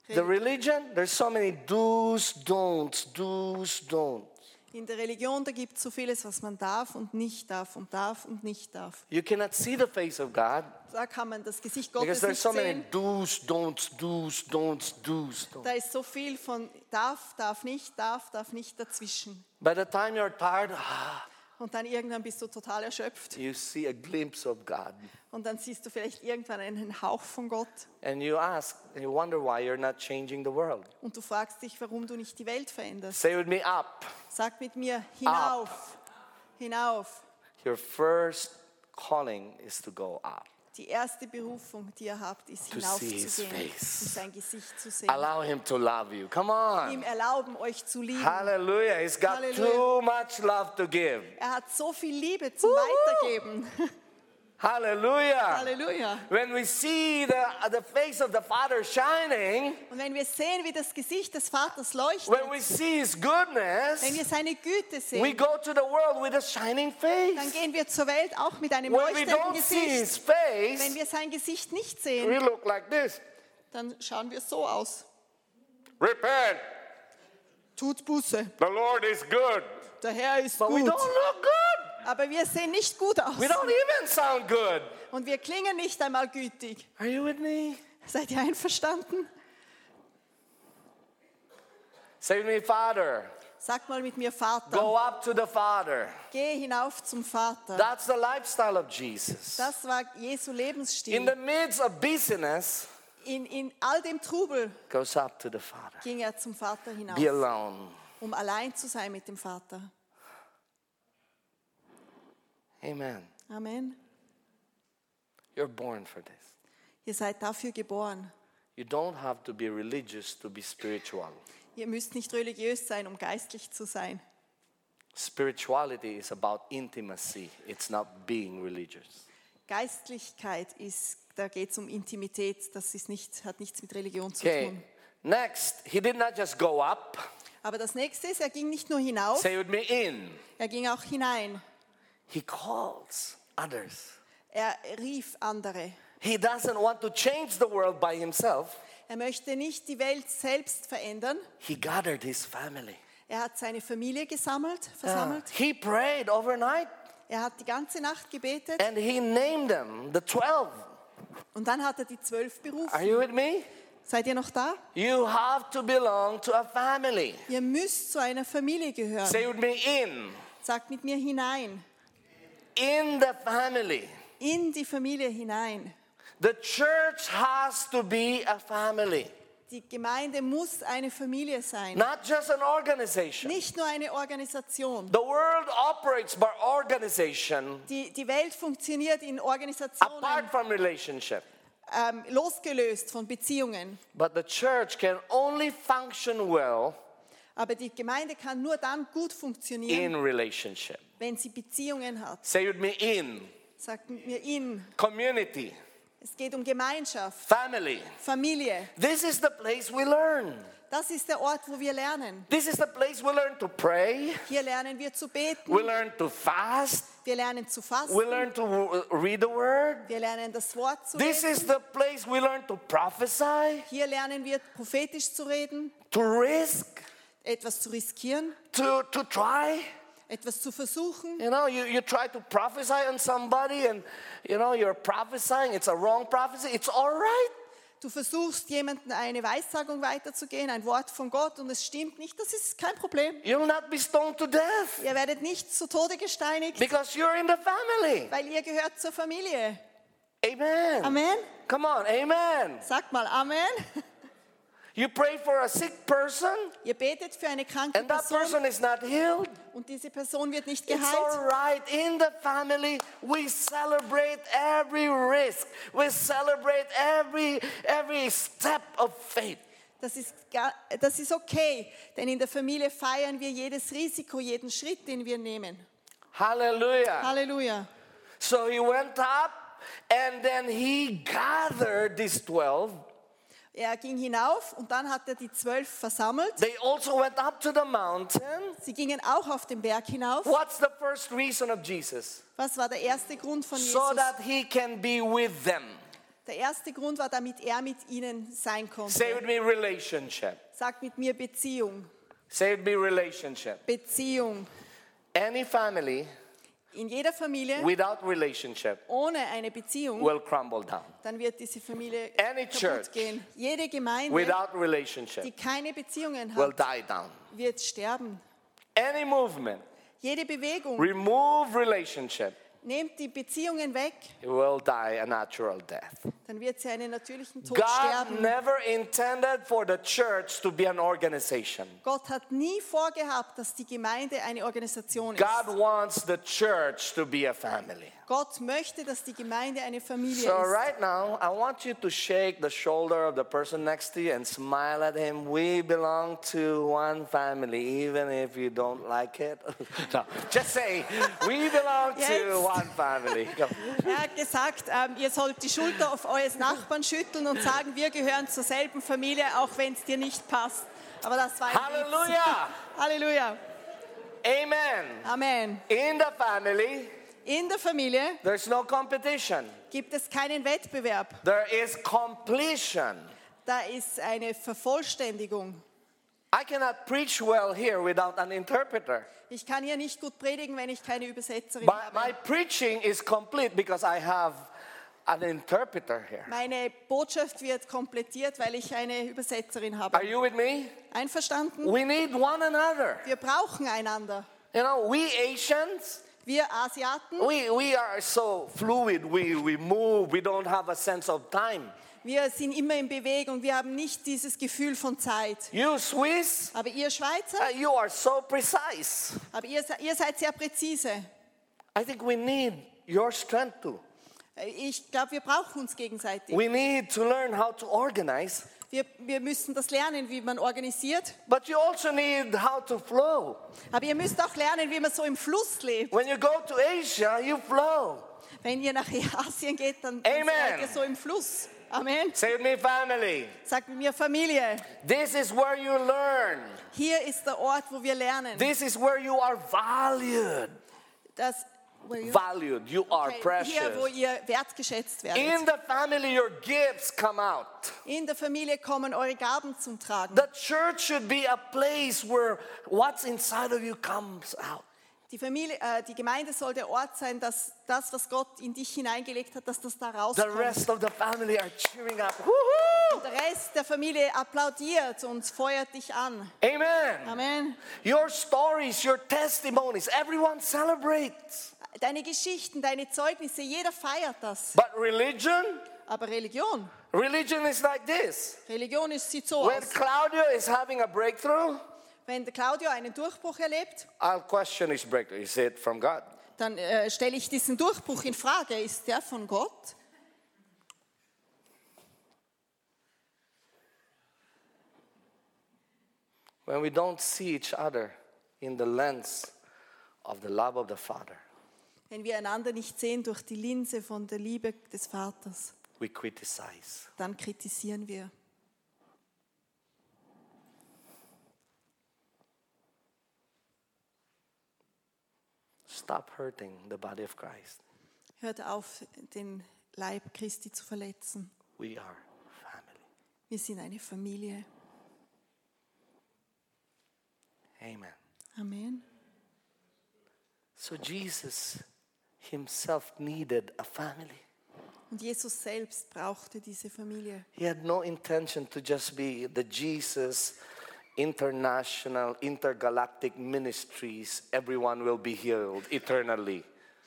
A: The
B: Reli-
A: religion, there's so many do's, don'ts, do's, don'ts.
B: In der Religion, da gibt es so vieles, was man darf und nicht darf und darf und nicht darf.
A: You cannot see the face of God
B: Da kann man das Gesicht
A: because
B: Gottes
A: there's
B: nicht
A: so many
B: sehen.
A: do's, don'ts, do's, don'ts, do's, don'ts.
B: Da ist so viel von darf, darf nicht, darf, darf nicht dazwischen.
A: By the time you're tired, ah,
B: Und dann irgendwann bist du total erschöpft
A: you see a glimpse of God.
B: und dann siehst du vielleicht irgendwann einen Hauch von Gott
A: And you ask, and you wonder why you're not changing the world.
B: und du fragst dich, warum du nicht die Welt veränderst.
A: Say with me, up.
B: Sag mit mir hinauf, hinauf.
A: Your first calling is to go up.
B: Die erste Berufung, die ihr habt, ist
A: To see his
B: hinaufzugehen und
A: face.
B: sein Gesicht zu sehen.
A: Allow Him to love you. Come
B: Ihm
A: on.
B: erlauben, euch zu lieben.
A: Hallelujah. He's got
B: Hallelujah.
A: too much love to give.
B: Er hat so viel Liebe zum
A: Uhu.
B: Weitergeben.
A: Hallelujah.
B: Halleluja.
A: When we see the, uh, the face of the Father shining,
B: Und wenn wir sehen, wie das Gesicht des Vaters leuchtet,
A: when we see His
B: wenn wir
A: goodness,
B: seine Güte
A: we
B: sehen,
A: go to the world with a shining
B: dann
A: face.
B: gehen wir zur Welt auch mit einem
A: When we
B: leuchtenden
A: don't see
B: Gesicht.
A: His
B: Wenn
A: face,
B: wir sein Gesicht nicht
A: we
B: sehen,
A: look like this.
B: dann schauen wir so aus.
A: Repent,
B: Tut Buße.
A: the Lord is good.
B: Der Herr ist
A: But we
B: gut.
A: don't look good.
B: Aber wir sehen nicht gut aus.
A: We don't even sound good.
B: Und wir klingen nicht einmal gütig.
A: Are you with me?
B: Seid ihr einverstanden?
A: Say with me, Father.
B: Sag mal mit mir, Vater.
A: Go up to the Father.
B: Geh hinauf zum Vater.
A: That's the lifestyle of Jesus.
B: Das war Jesu
A: In
B: Lebensstil.
A: the midst of busyness,
B: In, in all dem Trubel
A: goes up to the Father.
B: ging er zum Vater
A: Be
B: hinauf,
A: alone.
B: um allein zu sein mit dem Vater.
A: Amen.
B: Amen.
A: You're born for this.
B: Ihr seid dafür geboren.
A: You don't have to be religious to be spiritual.
B: Ihr müsst nicht religiös sein, um geistlich zu sein.
A: Spirituality is about intimacy, it's not being religious.
B: Geistlichkeit ist, da geht es um Intimität, das ist nicht, hat nichts mit Religion zu
A: Okay,
B: tun.
A: next, he did not just go up,
B: Aber das nächste ist, er ging nicht nur hinauf,
A: Say with me, in.
B: er ging auch hinein.
A: He calls others.
B: Er rief andere.
A: He doesn't want to change the world by himself.
B: Er möchte nicht die Welt selbst verändern.
A: He gathered his family.
B: Er hat seine Familie gesammelt,
A: Uh,
B: versammelt.
A: he prayed overnight
B: Er hat die ganze Nacht gebetet
A: and he named them the 12.
B: und dann hat er die zwölf
A: Are
B: berufen.
A: you with me?
B: Seid ihr noch da?
A: You have to belong to a family.
B: Ihr müsst zu einer Familie gehören.
A: Say with me, in.
B: Sagt mit mir hinein,
A: In the family.
B: in die Familie hinein.
A: The church has to be a family,
B: Die Gemeinde muss eine Familie sein,
A: not just an organization.
B: nicht nur eine Organisation.
A: The world operates by organization
B: Die, die Welt funktioniert in Organisationen,
A: apart from relationship.
B: ähm, losgelöst von Beziehungen.
A: But the church can only function well
B: Aber die Gemeinde kann nur dann gut
A: in
B: funktionieren,
A: relationship.
B: wenn sie Beziehungen hat.
A: Say with me, in.
B: Sagt mit mir in.
A: Community,
B: Es geht um Gemeinschaft,
A: family.
B: Familie.
A: This is the place we learn.
B: Das ist der Ort, wo wir lernen.
A: This is the place we learn to pray.
B: Hier lernen wir zu beten,
A: We learn to fast.
B: wir lernen zu
A: We
B: fasten,
A: learn to w- read the word.
B: wir lernen das Wort zu
A: This
B: lesen.
A: is the place we learn to prophesy,
B: Hier lernen wir prophetisch zu reden,
A: to risk,
B: etwas zu riskieren,
A: to, to try.
B: etwas zu versuchen.
A: You know, you, you try to prophesy on somebody and, you know, you're prophesying. It's a wrong prophecy. It's all right.
B: Du versuchst jemandem eine Weissagung weiterzugehen, ein Wort von Gott und es stimmt nicht, das ist kein Problem.
A: You'll not be stoned to death
B: Ihr werdet nicht zu Tode gesteinigt,
A: because you're in the family.
B: weil ihr gehört zur Familie.
A: Amen.
B: Amen.
A: Come on, amen.
B: Sagt mal Amen.
A: You pray for a sick person
B: Ihr betet für eine kranke
A: and that
B: Person
A: person is not healed.
B: und diese Person wird nicht
A: It's
B: geheilt.
A: all right. In the family, we celebrate every risk. We celebrate every every step of faith.
B: Das ist, ga- das ist okay, denn in der Familie feiern wir jedes Risiko, jeden Schritt, den wir nehmen.
A: Hallelujah.
B: Halleluja.
A: So he went up and then he gathered these 12.
B: Er ging hinauf und dann hat er die zwölf versammelt.
A: They also went up to the mountain.
B: Sie gingen auch auf den Berg hinauf.
A: What's the first reason of Jesus?
B: Was war der erste Grund von Jesus?
A: So that he can be with them.
B: Der erste Grund war, damit er mit ihnen
A: Say
B: sein konnte.
A: with me relationship.
B: Sagt mit mir Beziehung.
A: Say with me relationship.
B: Beziehung.
A: Any family
B: In jeder Familie
A: without relationship
B: ohne eine Beziehung,
A: will crumble down.
B: dann wird diese Familie
A: Any church
B: kaputt gehen. Jede Gemeinde,
A: without relationship
B: die keine Beziehungen
A: will
B: hat,
A: die down.
B: wird sterben.
A: Any movement,
B: Jede Bewegung
A: remove relationship,
B: Nehmt die Beziehungen weg,
A: it will die a natural death.
B: dann wird sie einen natürlichen Tod
A: God ne-
B: sterben.
A: never intended for the church to be an organization.
B: Gott hat nie vorgehabt, dass die Gemeinde eine Organisation ist.
A: God wants the church to be a family.
B: Gott möchte, dass die Gemeinde eine Familie
A: So,
B: ist.
A: right now, I want you to shake the shoulder of the person next to you and smile at him. We belong to one family, even if you don't like it. no, just say, We belong to
B: Yes.
A: one family. Come.
B: Er hat gesagt, ähm, ihr sollt die Schulter auf eures Nachbarn schütteln und sagen, wir gehören zur selben Familie, auch wenn es dir nicht passt. Aber das war ein Witz.
A: Hallelujah!
B: Halleluja.
A: Amen.
B: Amen.
A: In the family,
B: In der Familie
A: there's no competition.
B: gibt es keinen Wettbewerb.
A: There is completion.
B: Da ist eine Vervollständigung.
A: I cannot preach well here without an interpreter.
B: Ich kann hier nicht gut predigen, wenn ich keine Übersetzerin
A: My,
B: habe.
A: my preaching is complete because I have an interpreter here.
B: Meine Botschaft wird komplettiert, weil ich eine Übersetzerin habe.
A: Are you with me?
B: Einverstanden?
A: We need one another.
B: Wir brauchen einander.
A: You know, we Asians,
B: Wir Asiaten,
A: we, we are so fluid. We, we move. We don't have a sense of time.
B: wir sind immer in Bewegung. Wir haben nicht dieses Gefühl von Zeit.
A: You Swiss,
B: Aber ihr Schweizer,
A: uh, you are so precise.
B: aber ihr, se- ihr seid sehr präzise.
A: I think we need your strength too.
B: Äh, Ich glaube, wir brauchen uns gegenseitig.
A: We need to learn how to organize,
B: Wir, wir müssen das lernen, wie man organisiert.
A: but you also need how to flow.
B: Aber ihr müsst auch lernen, wie man so im Fluss lebt.
A: When you go to Asia, you flow.
B: Wenn ihr nach Asien geht, dann
A: Amen.
B: seid ihr so im Fluss. Amen.
A: Say with me, family.
B: Sagt mit mir Familie.
A: This is where you learn.
B: Hier ist der Ort, wo wir lernen.
A: This is where you are valued.
B: Dass, where you-
A: Valued. You are
B: Okay, hier, wo
A: precious.
B: ihr wertgeschätzt
A: In
B: werdet.
A: the family, your gifts come out.
B: In der Familie kommen eure Gaben zum Tragen.
A: The church should be a place where what's inside of you comes out.
B: Die, Familie, äh, die Gemeinde soll der Ort sein, dass das, was Gott in dich hineingelegt hat, dass das da
A: The
B: rauskommt.
A: rest of the family are cheering up. Woohoo!
B: Der Rest der Familie applaudiert und feuert dich an.
A: Amen.
B: Amen.
A: Your stories, your testimonies, everyone celebrates.
B: Deine Geschichten, deine Zeugnisse, jeder feiert das.
A: But religion,
B: Aber Religion,
A: religion is like this.
B: Religion ist, sieht so
A: When
B: aus.
A: Claudio is having a breakthrough,
B: Wenn der Claudio einen Durchbruch erlebt,
A: I'll question his breakthrough. Is it from God?
B: dann äh, stelle ich diesen Durchbruch in Frage. Ist der von Gott?
A: When we don't see each other in the lens of the love of the Father,
B: Wenn wir einander nicht sehen durch die Linse von der Liebe des Vaters,
A: we criticize.
B: dann kritisieren wir.
A: Stop hurting the body of Christ.
B: Hört auf, den Leib Christi zu verletzen.
A: We are family.
B: Wir sind eine Familie.
A: Amen.
B: Amen.
A: So Jesus himself needed a family.
B: Und Jesus selbst brauchte diese Familie.
A: He had no intention to just be the Jesus international, intergalactic ministries, everyone will be healed eternally,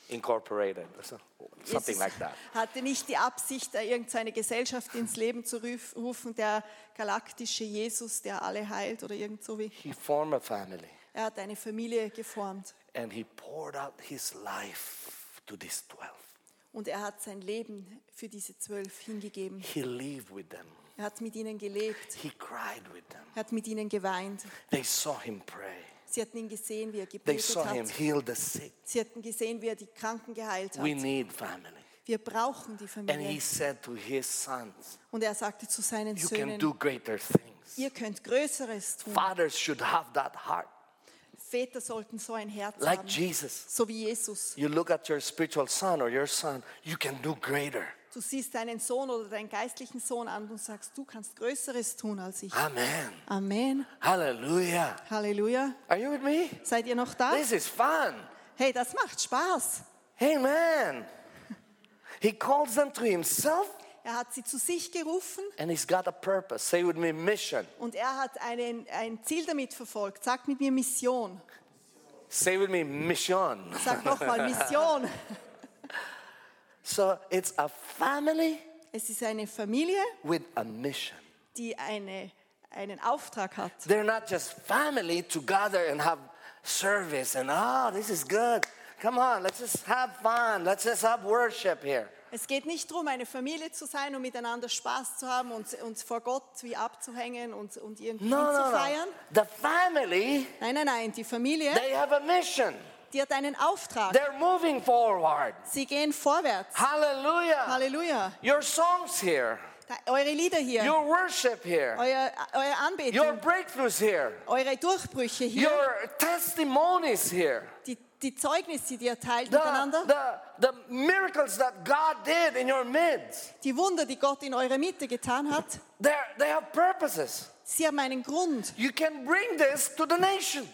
A: incorporated. So- Something
B: Jesus
A: like that.
B: hatte nicht die Absicht, da irgendeine Gesellschaft ins Leben zu ruf- rufen, der galaktische Jesus, der alle heilt oder irgend so wie.
A: He formed a family
B: Er hat eine Familie geformt
A: and he poured out his life to these 12.
B: und er hat sein Leben für diese zwölf hingegeben.
A: He lived with them,
B: Er hat mit ihnen gelebt.
A: he cried with them.
B: Er hat mit ihnen geweint.
A: They saw him pray,
B: Sie hatten ihn gesehen, wie er
A: they
B: gebetet
A: saw him
B: hat.
A: heal the sick.
B: Sie hatten gesehen, wie er die Kranken geheilt hat.
A: We need family.
B: Wir brauchen die
A: And he
B: Familie.
A: said to his sons,
B: Und er sagte zu seinen
A: You can
B: Söhnen,
A: do greater things.
B: ihr könnt Größeres tun.
A: Fathers should have that heart,
B: Väter sollten so ein Herz
A: like
B: haben,
A: Jesus.
B: so wie Jesus.
A: You look at your spiritual son or your son, you can do greater.
B: Du siehst deinen Sohn oder deinen geistlichen Sohn an und sagst, du kannst Größeres tun als ich.
A: Amen.
B: Amen.
A: Hallelujah.
B: Halleluja.
A: Are you with me?
B: Seid ihr noch da?
A: This is fun.
B: Hey, das macht Spaß.
A: Amen. He calls them to himself
B: Er hat sie zu sich gerufen
A: and he's got a purpose. Say with me, mission.
B: und er hat einen, ein Ziel damit verfolgt. Sag mit mir Mission.
A: Say with me, mission.
B: Sag nochmal Mission.
A: So it's a family
B: Es ist eine Familie,
A: with a mission.
B: die eine, einen Auftrag hat.
A: They're not just family to gather and have service and oh, this is good. Come on, let's just have fun. Let's just have worship here.
B: Es geht nicht darum, eine Familie zu sein und miteinander Spaß zu haben und uns vor Gott wie abzuhängen und, und irgendwie
A: No,
B: zu
A: no,
B: feiern.
A: no. The family,
B: Nein, nein, nein, die Familie,
A: they have a mission.
B: die hat einen Auftrag.
A: They're moving forward.
B: Sie gehen vorwärts.
A: Hallelujah.
B: Halleluja.
A: Your songs here,
B: Da- Eure Lieder hier,
A: your worship here,
B: euer, eure
A: your
B: Anbetung,
A: breakthroughs here,
B: eure Durchbrüche hier,
A: your testimonies here,
B: die, die Zeugnisse, die ihr teilt
A: the,
B: miteinander,
A: the, the miracles that God did in your midst.
B: die Wunder, die Gott in eurer Mitte getan hat.
A: They're, they have purposes.
B: Sie haben einen Grund.
A: You can bring this to the nation.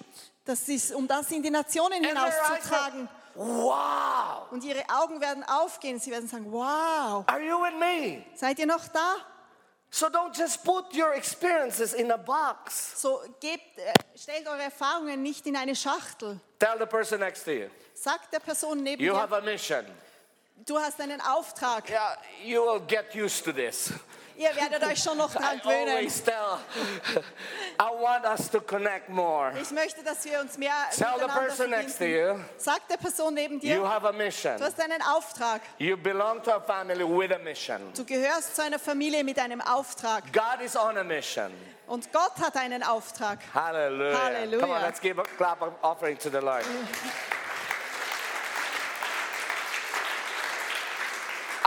B: Das ist, um das in die Nationen
A: And their eyes
B: hinauszutragen.
A: go, Wow.
B: Und ihre Augen werden aufgehen. Sie werden sagen, wow,
A: Are you with me?
B: seid ihr noch da?
A: So don't just put your experiences in a box.
B: So gebt, äh, stellt eure Erfahrungen nicht in eine Schachtel.
A: Tell the person next to you.
B: Sagt der Person neben
A: You have
B: dir,
A: a mission.
B: du hast einen Auftrag.
A: Yeah, you will get used to this.
B: Ihr werdet euch schon noch
A: I
B: dran gewöhnen.
A: always tell. I want us to connect more.
B: Ich möchte, dass wir uns mehr
A: Tell the
B: miteinander
A: person next to
B: verbinden.
A: you.
B: Sagt der Person neben
A: You
B: dir,
A: have a mission.
B: du hast einen Auftrag.
A: You belong to a family with a mission.
B: Du gehörst zu einer Familie mit einem Auftrag.
A: God is on a mission.
B: Und Gott hat einen Auftrag.
A: Hallelujah. Come on,
B: Hallelujah.
A: let's give a clap of offering to the Lord.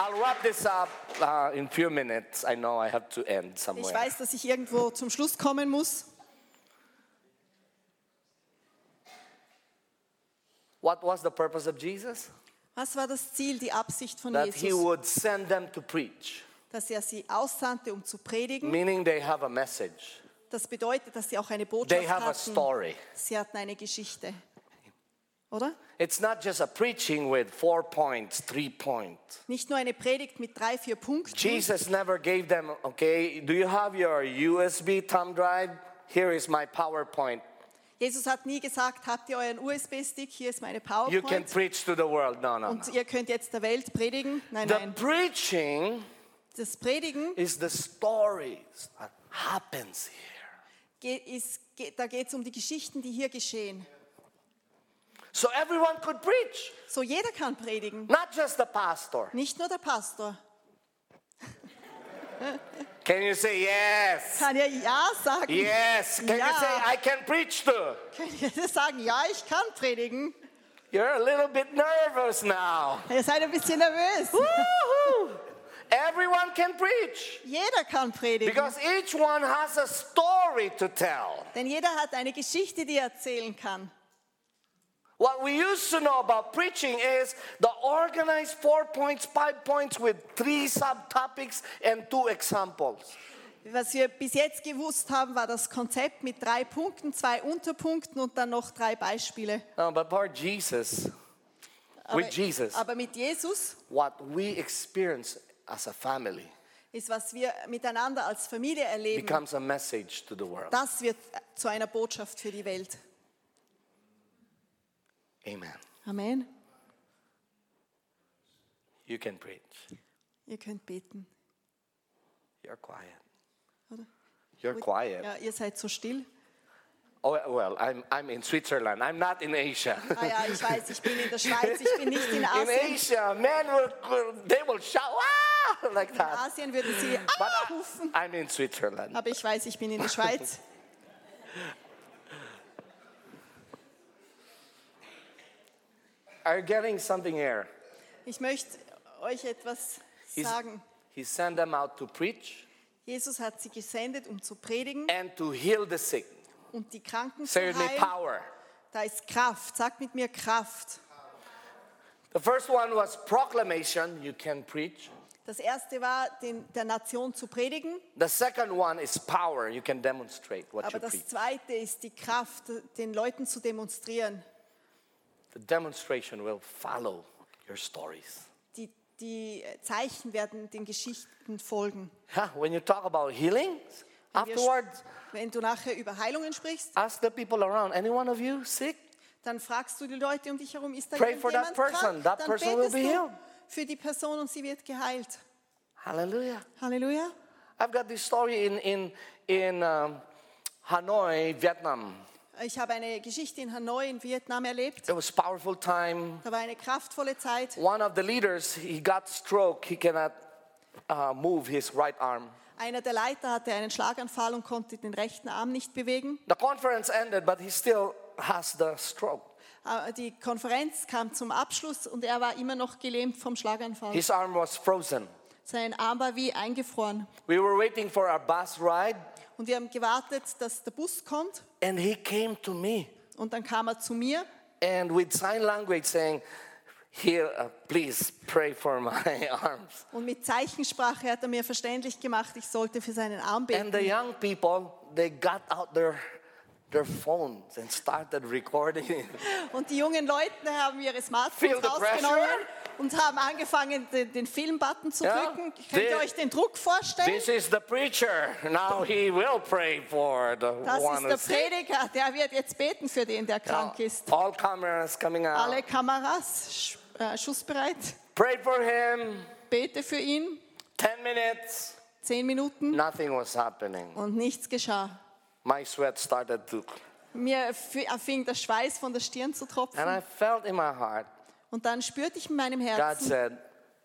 A: to wrap this up uh, in few minutes, I know I have to end
B: Ich
A: somewhere.
B: weiß, dass ich irgendwo zum Schluss kommen muss.
A: What was the purpose of Jesus?
B: Was war das Ziel, die Absicht von
A: That he
B: Mm, Jesus?
A: would send them to preach,
B: Dass er sie aussandte, um zu predigen.
A: meaning they have a message,
B: Das bedeutet, dass sie auch eine
A: they
B: Botschaft
A: have a
B: hatten.
A: story.
B: Sie hatten eine Geschichte. Oder?
A: It's not just a preaching with four points, three points.
B: Nicht nur eine Predigt mit drei, vier Punkten.
A: Jesus never gave them, okay, do you have your USB thumb drive? Here is my PowerPoint.
B: Jesus hat nie gesagt, habt ihr euren USB-Stick, hier ist meine
A: You can
B: PowerPoint
A: preach to the world. No, no, no.
B: und ihr könnt jetzt der Welt predigen. Nein,
A: The
B: nein.
A: preaching
B: Das Predigen,
A: is the stories that happens here.
B: ge- ist, ge- da geht es um die Geschichten, die hier geschehen.
A: So everyone could preach,
B: So jeder kann predigen,
A: not just the pastor.
B: nicht nur der Pastor.
A: Can you say yes?
B: Kann ja Ja sagen.
A: Yes. Can you
B: Yeah.
A: say I can preach to?
B: Kann jeder sagen, ja, ich kann predigen.
A: You're a little bit nervous now.
B: Ihr seid ein bisschen nervös.
A: Woo-hoo. Everyone can preach
B: Jeder kann predigen,
A: because each one has a story to tell.
B: denn jeder hat eine Geschichte, die er erzählen kann.
A: What we used to know about preaching is the organized four points, five points with three subtopics and two examples.
B: Was wir bis jetzt gewusst haben, war das Konzept mit drei Punkten, zwei Unterpunkten und dann noch drei Beispiele.
A: No, but for Jesus,
B: Aber,
A: with Jesus,
B: aber mit Jesus
A: what we experience as a family
B: ist, was wir miteinander als Familie erleben,
A: becomes a message to the world.
B: das wird zu einer Botschaft für die Welt.
A: Amen.
B: Amen.
A: You can preach.
B: Ihr könnt beten.
A: You're quiet.
B: Oder?
A: You're quiet.
B: Ja, ihr seid so still.
A: Oh, well, I'm, I'm in Switzerland. I'm not in Asia.
B: Ah ja, ich weiß, ich bin in der Schweiz, ich bin nicht in
A: in
B: Asien.
A: Asia, men will, will- they will shout ah, like
B: In
A: that.
B: Asien würden sie
A: But
B: ah
A: I,
B: rufen.
A: I'm in Switzerland.
B: Aber ich weiß, ich bin in der Schweiz.
A: Are you getting something here?
B: Ich möchte euch etwas
A: He's-
B: sagen.
A: He sent them out to preach
B: Jesus hat sie gesendet, um zu predigen
A: and to heal the sick.
B: und die Kranken zu
A: Say with me,
B: heilen.
A: power.
B: Da ist Kraft. Sagt mit mir Kraft.
A: The first one was proclamation. You can preach.
B: Das erste war, den, der Nation zu predigen,
A: The second one is power. You can demonstrate what
B: aber
A: you
B: das
A: preach.
B: zweite ist die Kraft, den Leuten zu demonstrieren.
A: The demonstration will follow your stories.
B: Die, die Zeichen werden den Geschichten folgen.
A: Huh, When you talk about healing,
B: Wenn wir-
A: afterwards,
B: Wenn du nachher über Heilungen sprichst,
A: ask the people around. Any one of you sick?
B: dann fragst du die Leute um dich herum, ist da
A: Pray
B: jemand
A: for that person.
B: krank?
A: That
B: dann
A: person will
B: betest
A: be
B: du
A: healed.
B: für die Person und sie wird geheilt.
A: Hallelujah.
B: Halleluja.
A: I've got this story in, in, in um, Hanoi, Vietnam.
B: Ich habe eine Geschichte in Hanoi in Vietnam erlebt.
A: It was powerful time.
B: Da war eine kraftvolle Zeit.
A: One of the leaders, he got stroke. He cannot uh, move his right arm.
B: Einer der Leiter hatte einen Schlaganfall und konnte den rechten Arm nicht bewegen.
A: The conference ended, but he still has the stroke.
B: Äh, Die Konferenz kam zum Abschluss und er war immer noch gelähmt vom Schlaganfall.
A: His arm was frozen.
B: Sein Arm war wie eingefroren.
A: We were waiting for our bus ride,
B: Und wir haben gewartet, dass der Bus kommt.
A: and he came to me
B: Und dann kam er zu mir
A: and with sign language saying, "Here, uh, please pray for my arms."
B: und mit Zeichensprache hat er mir verständlich gemacht, ich sollte für seinen Arm
A: And
B: beten.
A: the young people, they got out their their phones and started recording. it.
B: Und die jungen Leute haben ihre Smartphones
A: Feel the
B: rausgenommen
A: pressure?
B: und haben angefangen, den, den Film-Button zu
A: Ja,
B: drücken. Könnt
A: the-
B: ihr euch den Druck vorstellen?
A: this is the preacher. Now he will pray for the
B: Das
A: one who's
B: ist der
A: sick.
B: Prediger, der wird jetzt beten für den, der
A: Now,
B: krank ist.
A: all cameras coming out.
B: Alle Kameras sch- äh, schussbereit.
A: Pray for him.
B: Bete für ihn.
A: Ten minutes.
B: Zehn Minuten
A: Nothing was happening.
B: und nichts geschah.
A: My sweat started to,
B: Mir f- fing der Schweiß von der Stirn zu
A: and
B: tropfen.
A: I felt in my heart.
B: Und dann spürte ich in meinem
A: God
B: Herzen,
A: said,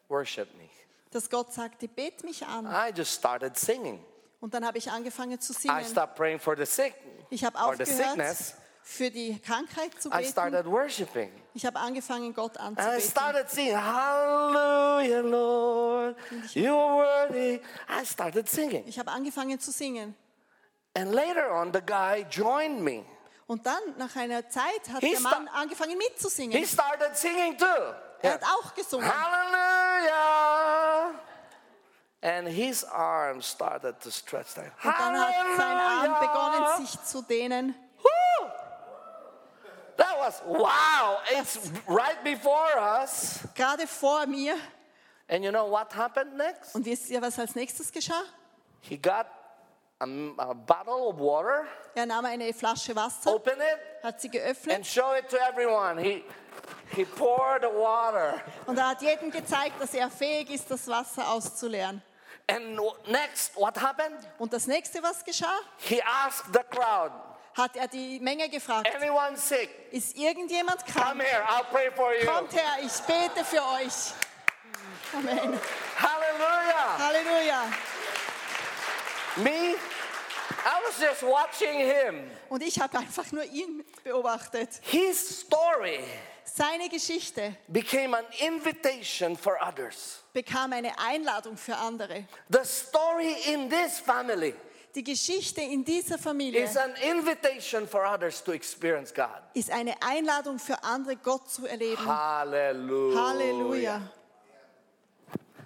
A: Worship me.
B: dass Gott sagte, bet mich an.
A: I just started singing.
B: Und dann habe ich angefangen zu
A: Ah. I
B: singen.
A: stopped praying for the sick
B: Ich habe
A: or the
B: aufgehört,
A: sickness
B: für die Krankheit zu
A: I
B: beten.
A: started worshiping.
B: Ich habe angefangen, Gott
A: And I
B: anzubeten.
A: started singing, Hallelujah, Lord, you are worthy. I started singing.
B: Ich habe angefangen zu singen.
A: And later on, the guy joined me.
B: Und dann, nach einer Zeit, hat
A: He
B: der Mann
A: sta-
B: angefangen mitzusingen.
A: He started singing too.
B: Er
A: Yeah.
B: hat auch gesungen.
A: Hallelujah. And his arm started to stretch like,
B: Und dann hat sein
A: Hallelujah.
B: Arm begonnen, sich zu dehnen.
A: Woo! That was wow. It's right before us.
B: Gerade vor mir.
A: And you know what happened next?
B: Und wisst ihr, was als nächstes geschah?
A: He got a, a bottle of water,
B: Er nahm eine Flasche Wasser,
A: opened it,
B: hat sie geöffnet
A: and showed it to everyone. He, he poured the water.
B: und er hat jedem gezeigt, dass er fähig ist, das Wasser auszuleeren.
A: And w- next, what happened?
B: Und das nächste, was geschah,
A: He asked the crowd,
B: hat er die Menge gefragt,
A: anyone sick?
B: ist irgendjemand
A: Come
B: krank?
A: here, I'll pray for you.
B: Kommt her, ich bete für euch. Amen.
A: Hallelujah.
B: Halleluja.
A: Me, I was just watching him.
B: Und ich habe einfach nur ihn beobachtet.
A: His story
B: Seine Geschichte
A: became an invitation for others.
B: bekam eine Einladung für andere.
A: The story in this family
B: Die Geschichte in dieser Familie
A: is an invitation for others to experience God.
B: ist eine Einladung für andere, Gott zu erleben.
A: Hallelujah.
B: Halleluja.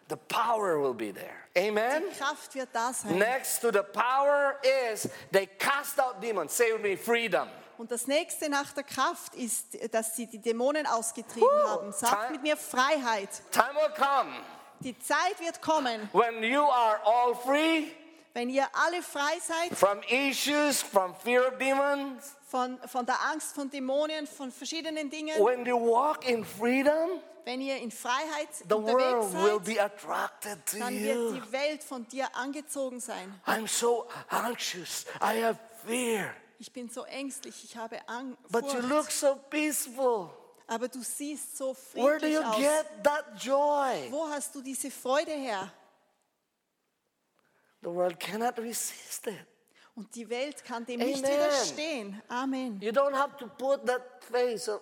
A: The power will be there. Amen.
B: Die Kraft wird da sein.
A: Next to the power is they cast out demons. Say with me, freedom.
B: Und das nächste nach der Kraft ist, dass sie die Dämonen ausgetrieben
A: Huh.
B: haben. Sagt
A: Time-
B: mit mir Freiheit.
A: Time will come
B: Die Zeit wird kommen,
A: when you are all free
B: wenn ihr alle frei seid
A: from issues, from fear of demons.
B: von, von der Angst, von Dämonen, von verschiedenen Dingen.
A: When you walk in freedom,
B: Wenn ihr in Freiheit
A: the world will
B: unterwegs
A: be
B: seid,
A: attracted to
B: dann wird
A: you.
B: die Welt von dir angezogen sein.
A: I'm so anxious. I have fear.
B: Ich bin so ängstlich, ich habe Angst.
A: But you look so peaceful.
B: Aber du siehst so
A: Where do
B: friedlich
A: you
B: aus.
A: get that joy?
B: Wo hast du diese Freude her?
A: The world cannot resist it.
B: Und die Welt kann dem nicht
A: Amen.
B: widerstehen. Amen.
A: You don't have to put that face of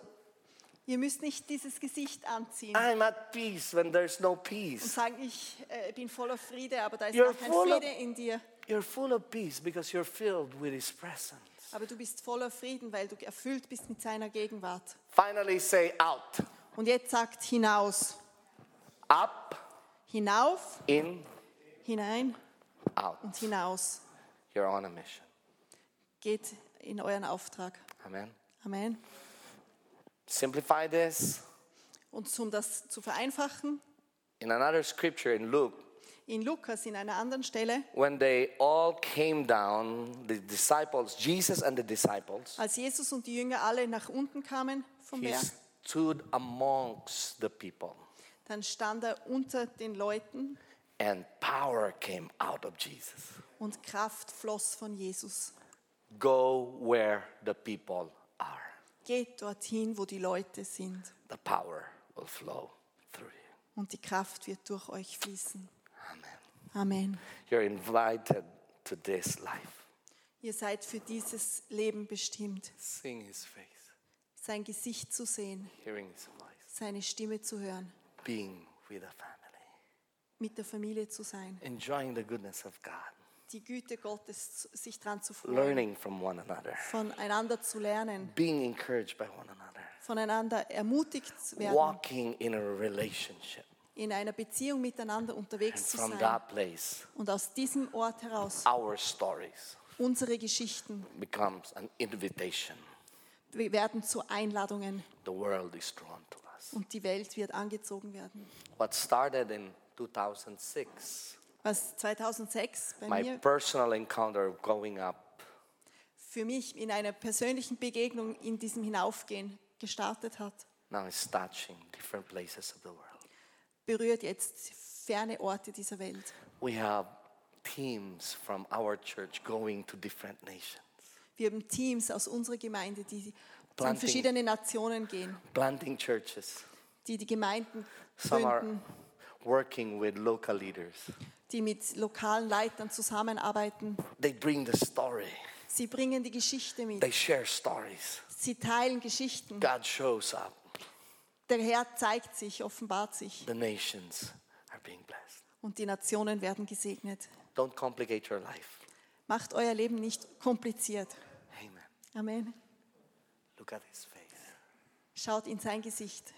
B: Ihr müsst nicht dieses Gesicht anziehen und
A: I'm at peace when there's no peace.
B: sagen, ich äh, bin voller Friede, aber da ist
A: You're
B: gar kein
A: full of-
B: Friede in dir.
A: You're full of peace because you're filled with His presence.
B: Aber du bist voller Frieden, weil du erfüllt bist mit seiner Gegenwart.
A: Finally, say out,
B: Und jetzt sagt hinaus,
A: up,
B: hinauf,
A: in,
B: hinein
A: out.
B: und hinaus.
A: You're on a mission.
B: Geht in euren Auftrag.
A: Amen.
B: Amen.
A: Simplify this.
B: Und um das zu vereinfachen,
A: In another scripture in Luke,
B: in Lukas in einer anderen Stelle,
A: when they all came down, the disciples, Jesus and the disciples,
B: als Jesus und die Jünger alle nach unten kamen vom
A: he
B: Berg,
A: stood amongst the people,
B: dann stand er unter den Leuten
A: and power came out of Jesus.
B: und Kraft floss von Jesus.
A: Go where the people are.
B: Geht dorthin, wo die Leute sind
A: The power will flow through you.
B: und die Kraft wird durch euch fließen.
A: Amen.
B: Amen.
A: You're invited to this life.
B: Ihr seid für dieses Leben bestimmt,
A: Seeing his face,
B: sein Gesicht zu sehen,
A: hearing his voice,
B: seine Stimme zu hören,
A: being with a family,
B: mit der Familie zu sein,
A: enjoying the goodness of God,
B: die Güte Gottes sich dran zu freuen,
A: learning from one another,
B: voneinander zu lernen,
A: being encouraged by one another,
B: voneinander ermutigt zu werden,
A: walking in a relationship.
B: in einer Beziehung miteinander
A: And
B: unterwegs zu
A: from
B: sein.
A: that place,
B: Und aus diesem Ort heraus
A: our stories
B: unsere Geschichten
A: becomes an invitation.
B: Wir werden zu Einladungen
A: The world is drawn to us.
B: und die Welt wird angezogen werden.
A: What started in 2006
B: Was 2006 bei
A: my
B: mir
A: personal encounter of going up
B: für mich in einer persönlichen Begegnung in diesem Hinaufgehen gestartet hat,
A: now is touching different places of the world.
B: berührt jetzt ferne Orte dieser Welt.
A: We have teams from our church going to different nations,
B: Wir haben Teams aus unserer Gemeinde, die in
A: Planting.
B: verschiedene Nationen gehen,
A: planting churches.
B: die die Gemeinden
A: Some are
B: gründen,
A: working with local leaders.
B: die mit lokalen Leitern zusammenarbeiten.
A: They bring the story,
B: Sie bringen die Geschichte mit.
A: they share stories.
B: Sie teilen Geschichten.
A: God shows up.
B: Der Herr zeigt sich, offenbart sich
A: The nations are being blessed.
B: und die Nationen werden gesegnet.
A: Don't complicate your life.
B: Macht euer Leben nicht kompliziert.
A: Amen.
B: Amen.
A: Look at his face
B: Schaut in sein Gesicht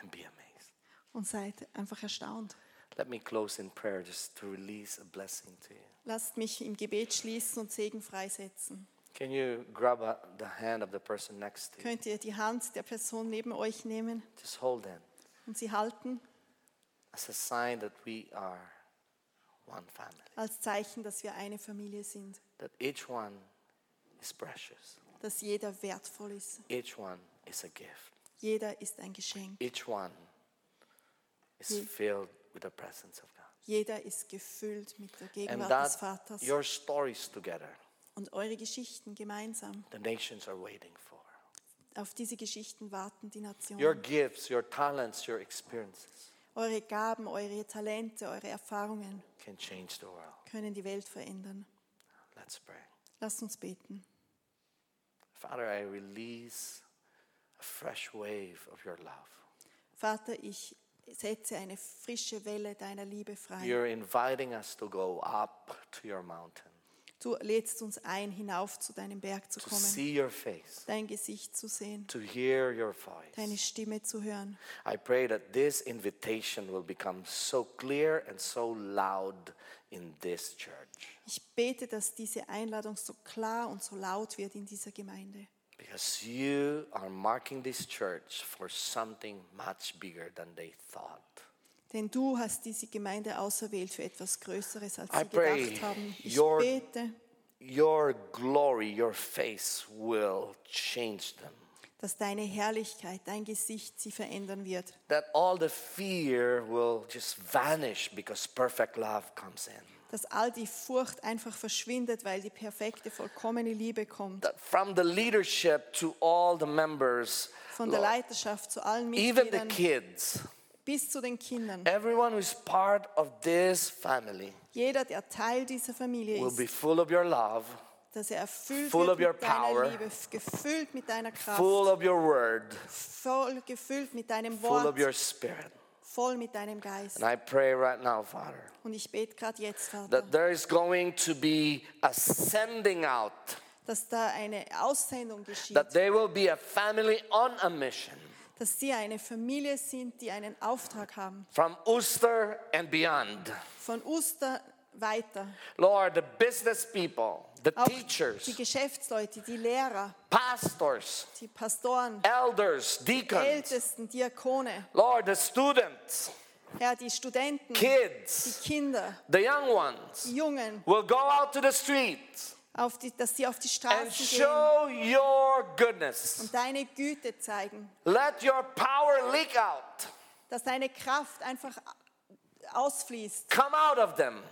A: and be amazed.
B: und seid einfach erstaunt.
A: Let me close in prayer just to release a blessing to you.
B: Lasst mich im Gebet schließen und Segen freisetzen.
A: Can you grab uh, the hand of the person next to you?
B: Könnt ihr die Hand der Person neben euch nehmen
A: Just hold them
B: und sie halten
A: as a sign that we are one family,
B: als Zeichen, dass wir eine Familie sind,
A: that each one is precious,
B: dass jeder wertvoll ist.
A: each one is a gift,
B: Jeder ist ein Geschenk.
A: each one is filled with the presence of God.
B: Jeder ist gefüllt mit der
A: And
B: Gegenwart des
A: that
B: Vaters
A: your stories together,
B: und eure Geschichten gemeinsam.
A: the nations are waiting for.
B: Auf diese Geschichten warten die
A: Your
B: Nationen.
A: gifts, your talents, your experiences
B: Eure Gaben, eure Talente, eure Erfahrungen
A: can change the world.
B: können die Welt verändern.
A: Let's pray.
B: Lasst uns beten.
A: Father, I release a fresh wave of your love.
B: Vater, ich setze eine frische Welle deiner Liebe frei.
A: You're inviting us to go up to your mountain,
B: Du lädst uns ein, hinauf zu deinem Berg zu
A: to
B: kommen,
A: see your face,
B: dein Gesicht zu sehen,
A: to hear your
B: deine
A: voice.
B: Stimme zu hören.
A: I pray that this invitation will become so clear and so loud in this church
B: Ich bete, dass diese Einladung so klar und so laut wird in dieser Gemeinde.
A: because you are marking this church for something much bigger than they thought.
B: Denn du hast diese Gemeinde auserwählt für etwas Größeres, als
A: I
B: sie
A: pray
B: gedacht haben. Ich
A: your-
B: bete,
A: Your glory, your face will change them.
B: dass deine Herrlichkeit, dein Gesicht sie verändern wird.
A: that all the fear will just vanish because perfect love comes in.
B: Dass all die Furcht einfach verschwindet, weil die perfekte, vollkommene Liebe kommt.
A: That from the leadership to all the members,
B: Von der
A: Lord,
B: Leiterschaft zu allen
A: even the
B: Mitgliedern
A: kids,
B: bis zu den Kindern.
A: everyone who's part of this family
B: Jeder, der Teil dieser Familie
A: will
B: ist,
A: be full of your love,
B: dass er erfüllt
A: full of
B: wird
A: your
B: mit deiner
A: power,
B: Liebe, gefüllt mit deiner
A: full
B: Kraft,
A: of your word,
B: voll gefüllt mit deinem
A: full of
B: Wort,
A: your spirit.
B: voll mit deinem Geist.
A: And I pray right now, Father,
B: Und ich bete gerade jetzt, Vater,
A: that there is going to be a sending out,
B: dass da eine Aussendung geschieht,
A: that there will be a family on a mission
B: dass sie eine Familie sind, die einen Auftrag haben,
A: from Ulster and beyond.
B: von Oster weiter.
A: Lord, the business people, the
B: Auch die
A: teachers,
B: Geschäftsleute, die Lehrer,
A: pastors,
B: die Pastoren,
A: elders, deacons,
B: Ältesten, Diakone,
A: Lord, the students,
B: Herr, die Studenten, die
A: kids,
B: Kinder,
A: the young ones
B: die Jungen,
A: will go out to the streets
B: auf die, dass sie auf die
A: and
B: Straßen gehen
A: show your goodness.
B: und deine Güte zeigen,
A: Let your power leak out,
B: dass deine Kraft einfach ausfließt.
A: come out of them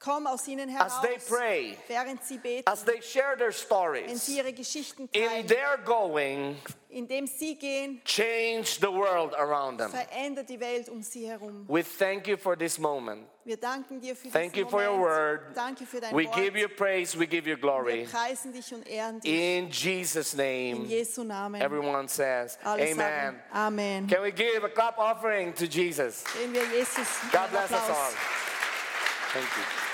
B: Komm aus ihnen
A: as
B: heraus,
A: they pray,
B: während sie beten,
A: as they share their
B: wenn sie
A: stories.
B: ihre Geschichten
A: In
B: teilen,
A: their going,
B: indem sie gehen,
A: change the world around them.
B: verändert die Welt um sie herum.
A: We thank you for this moment.
B: Wir danken dir für
A: Thank you
B: diesen
A: for your
B: Moment.
A: word.
B: Danke für dein
A: We
B: Wort.
A: give you praise, we give you glory.
B: Wir preisen dich und ehren dich
A: In Jesus'
B: in
A: name,
B: Jesu Namen.
A: everyone says,
B: Alle
A: Amen.
B: sagen Amen.
A: Can we give a clap offering to Jesus?
B: Geben wir Jesus
A: God
B: einen
A: bless us all.
B: Applaus.
A: Thank you.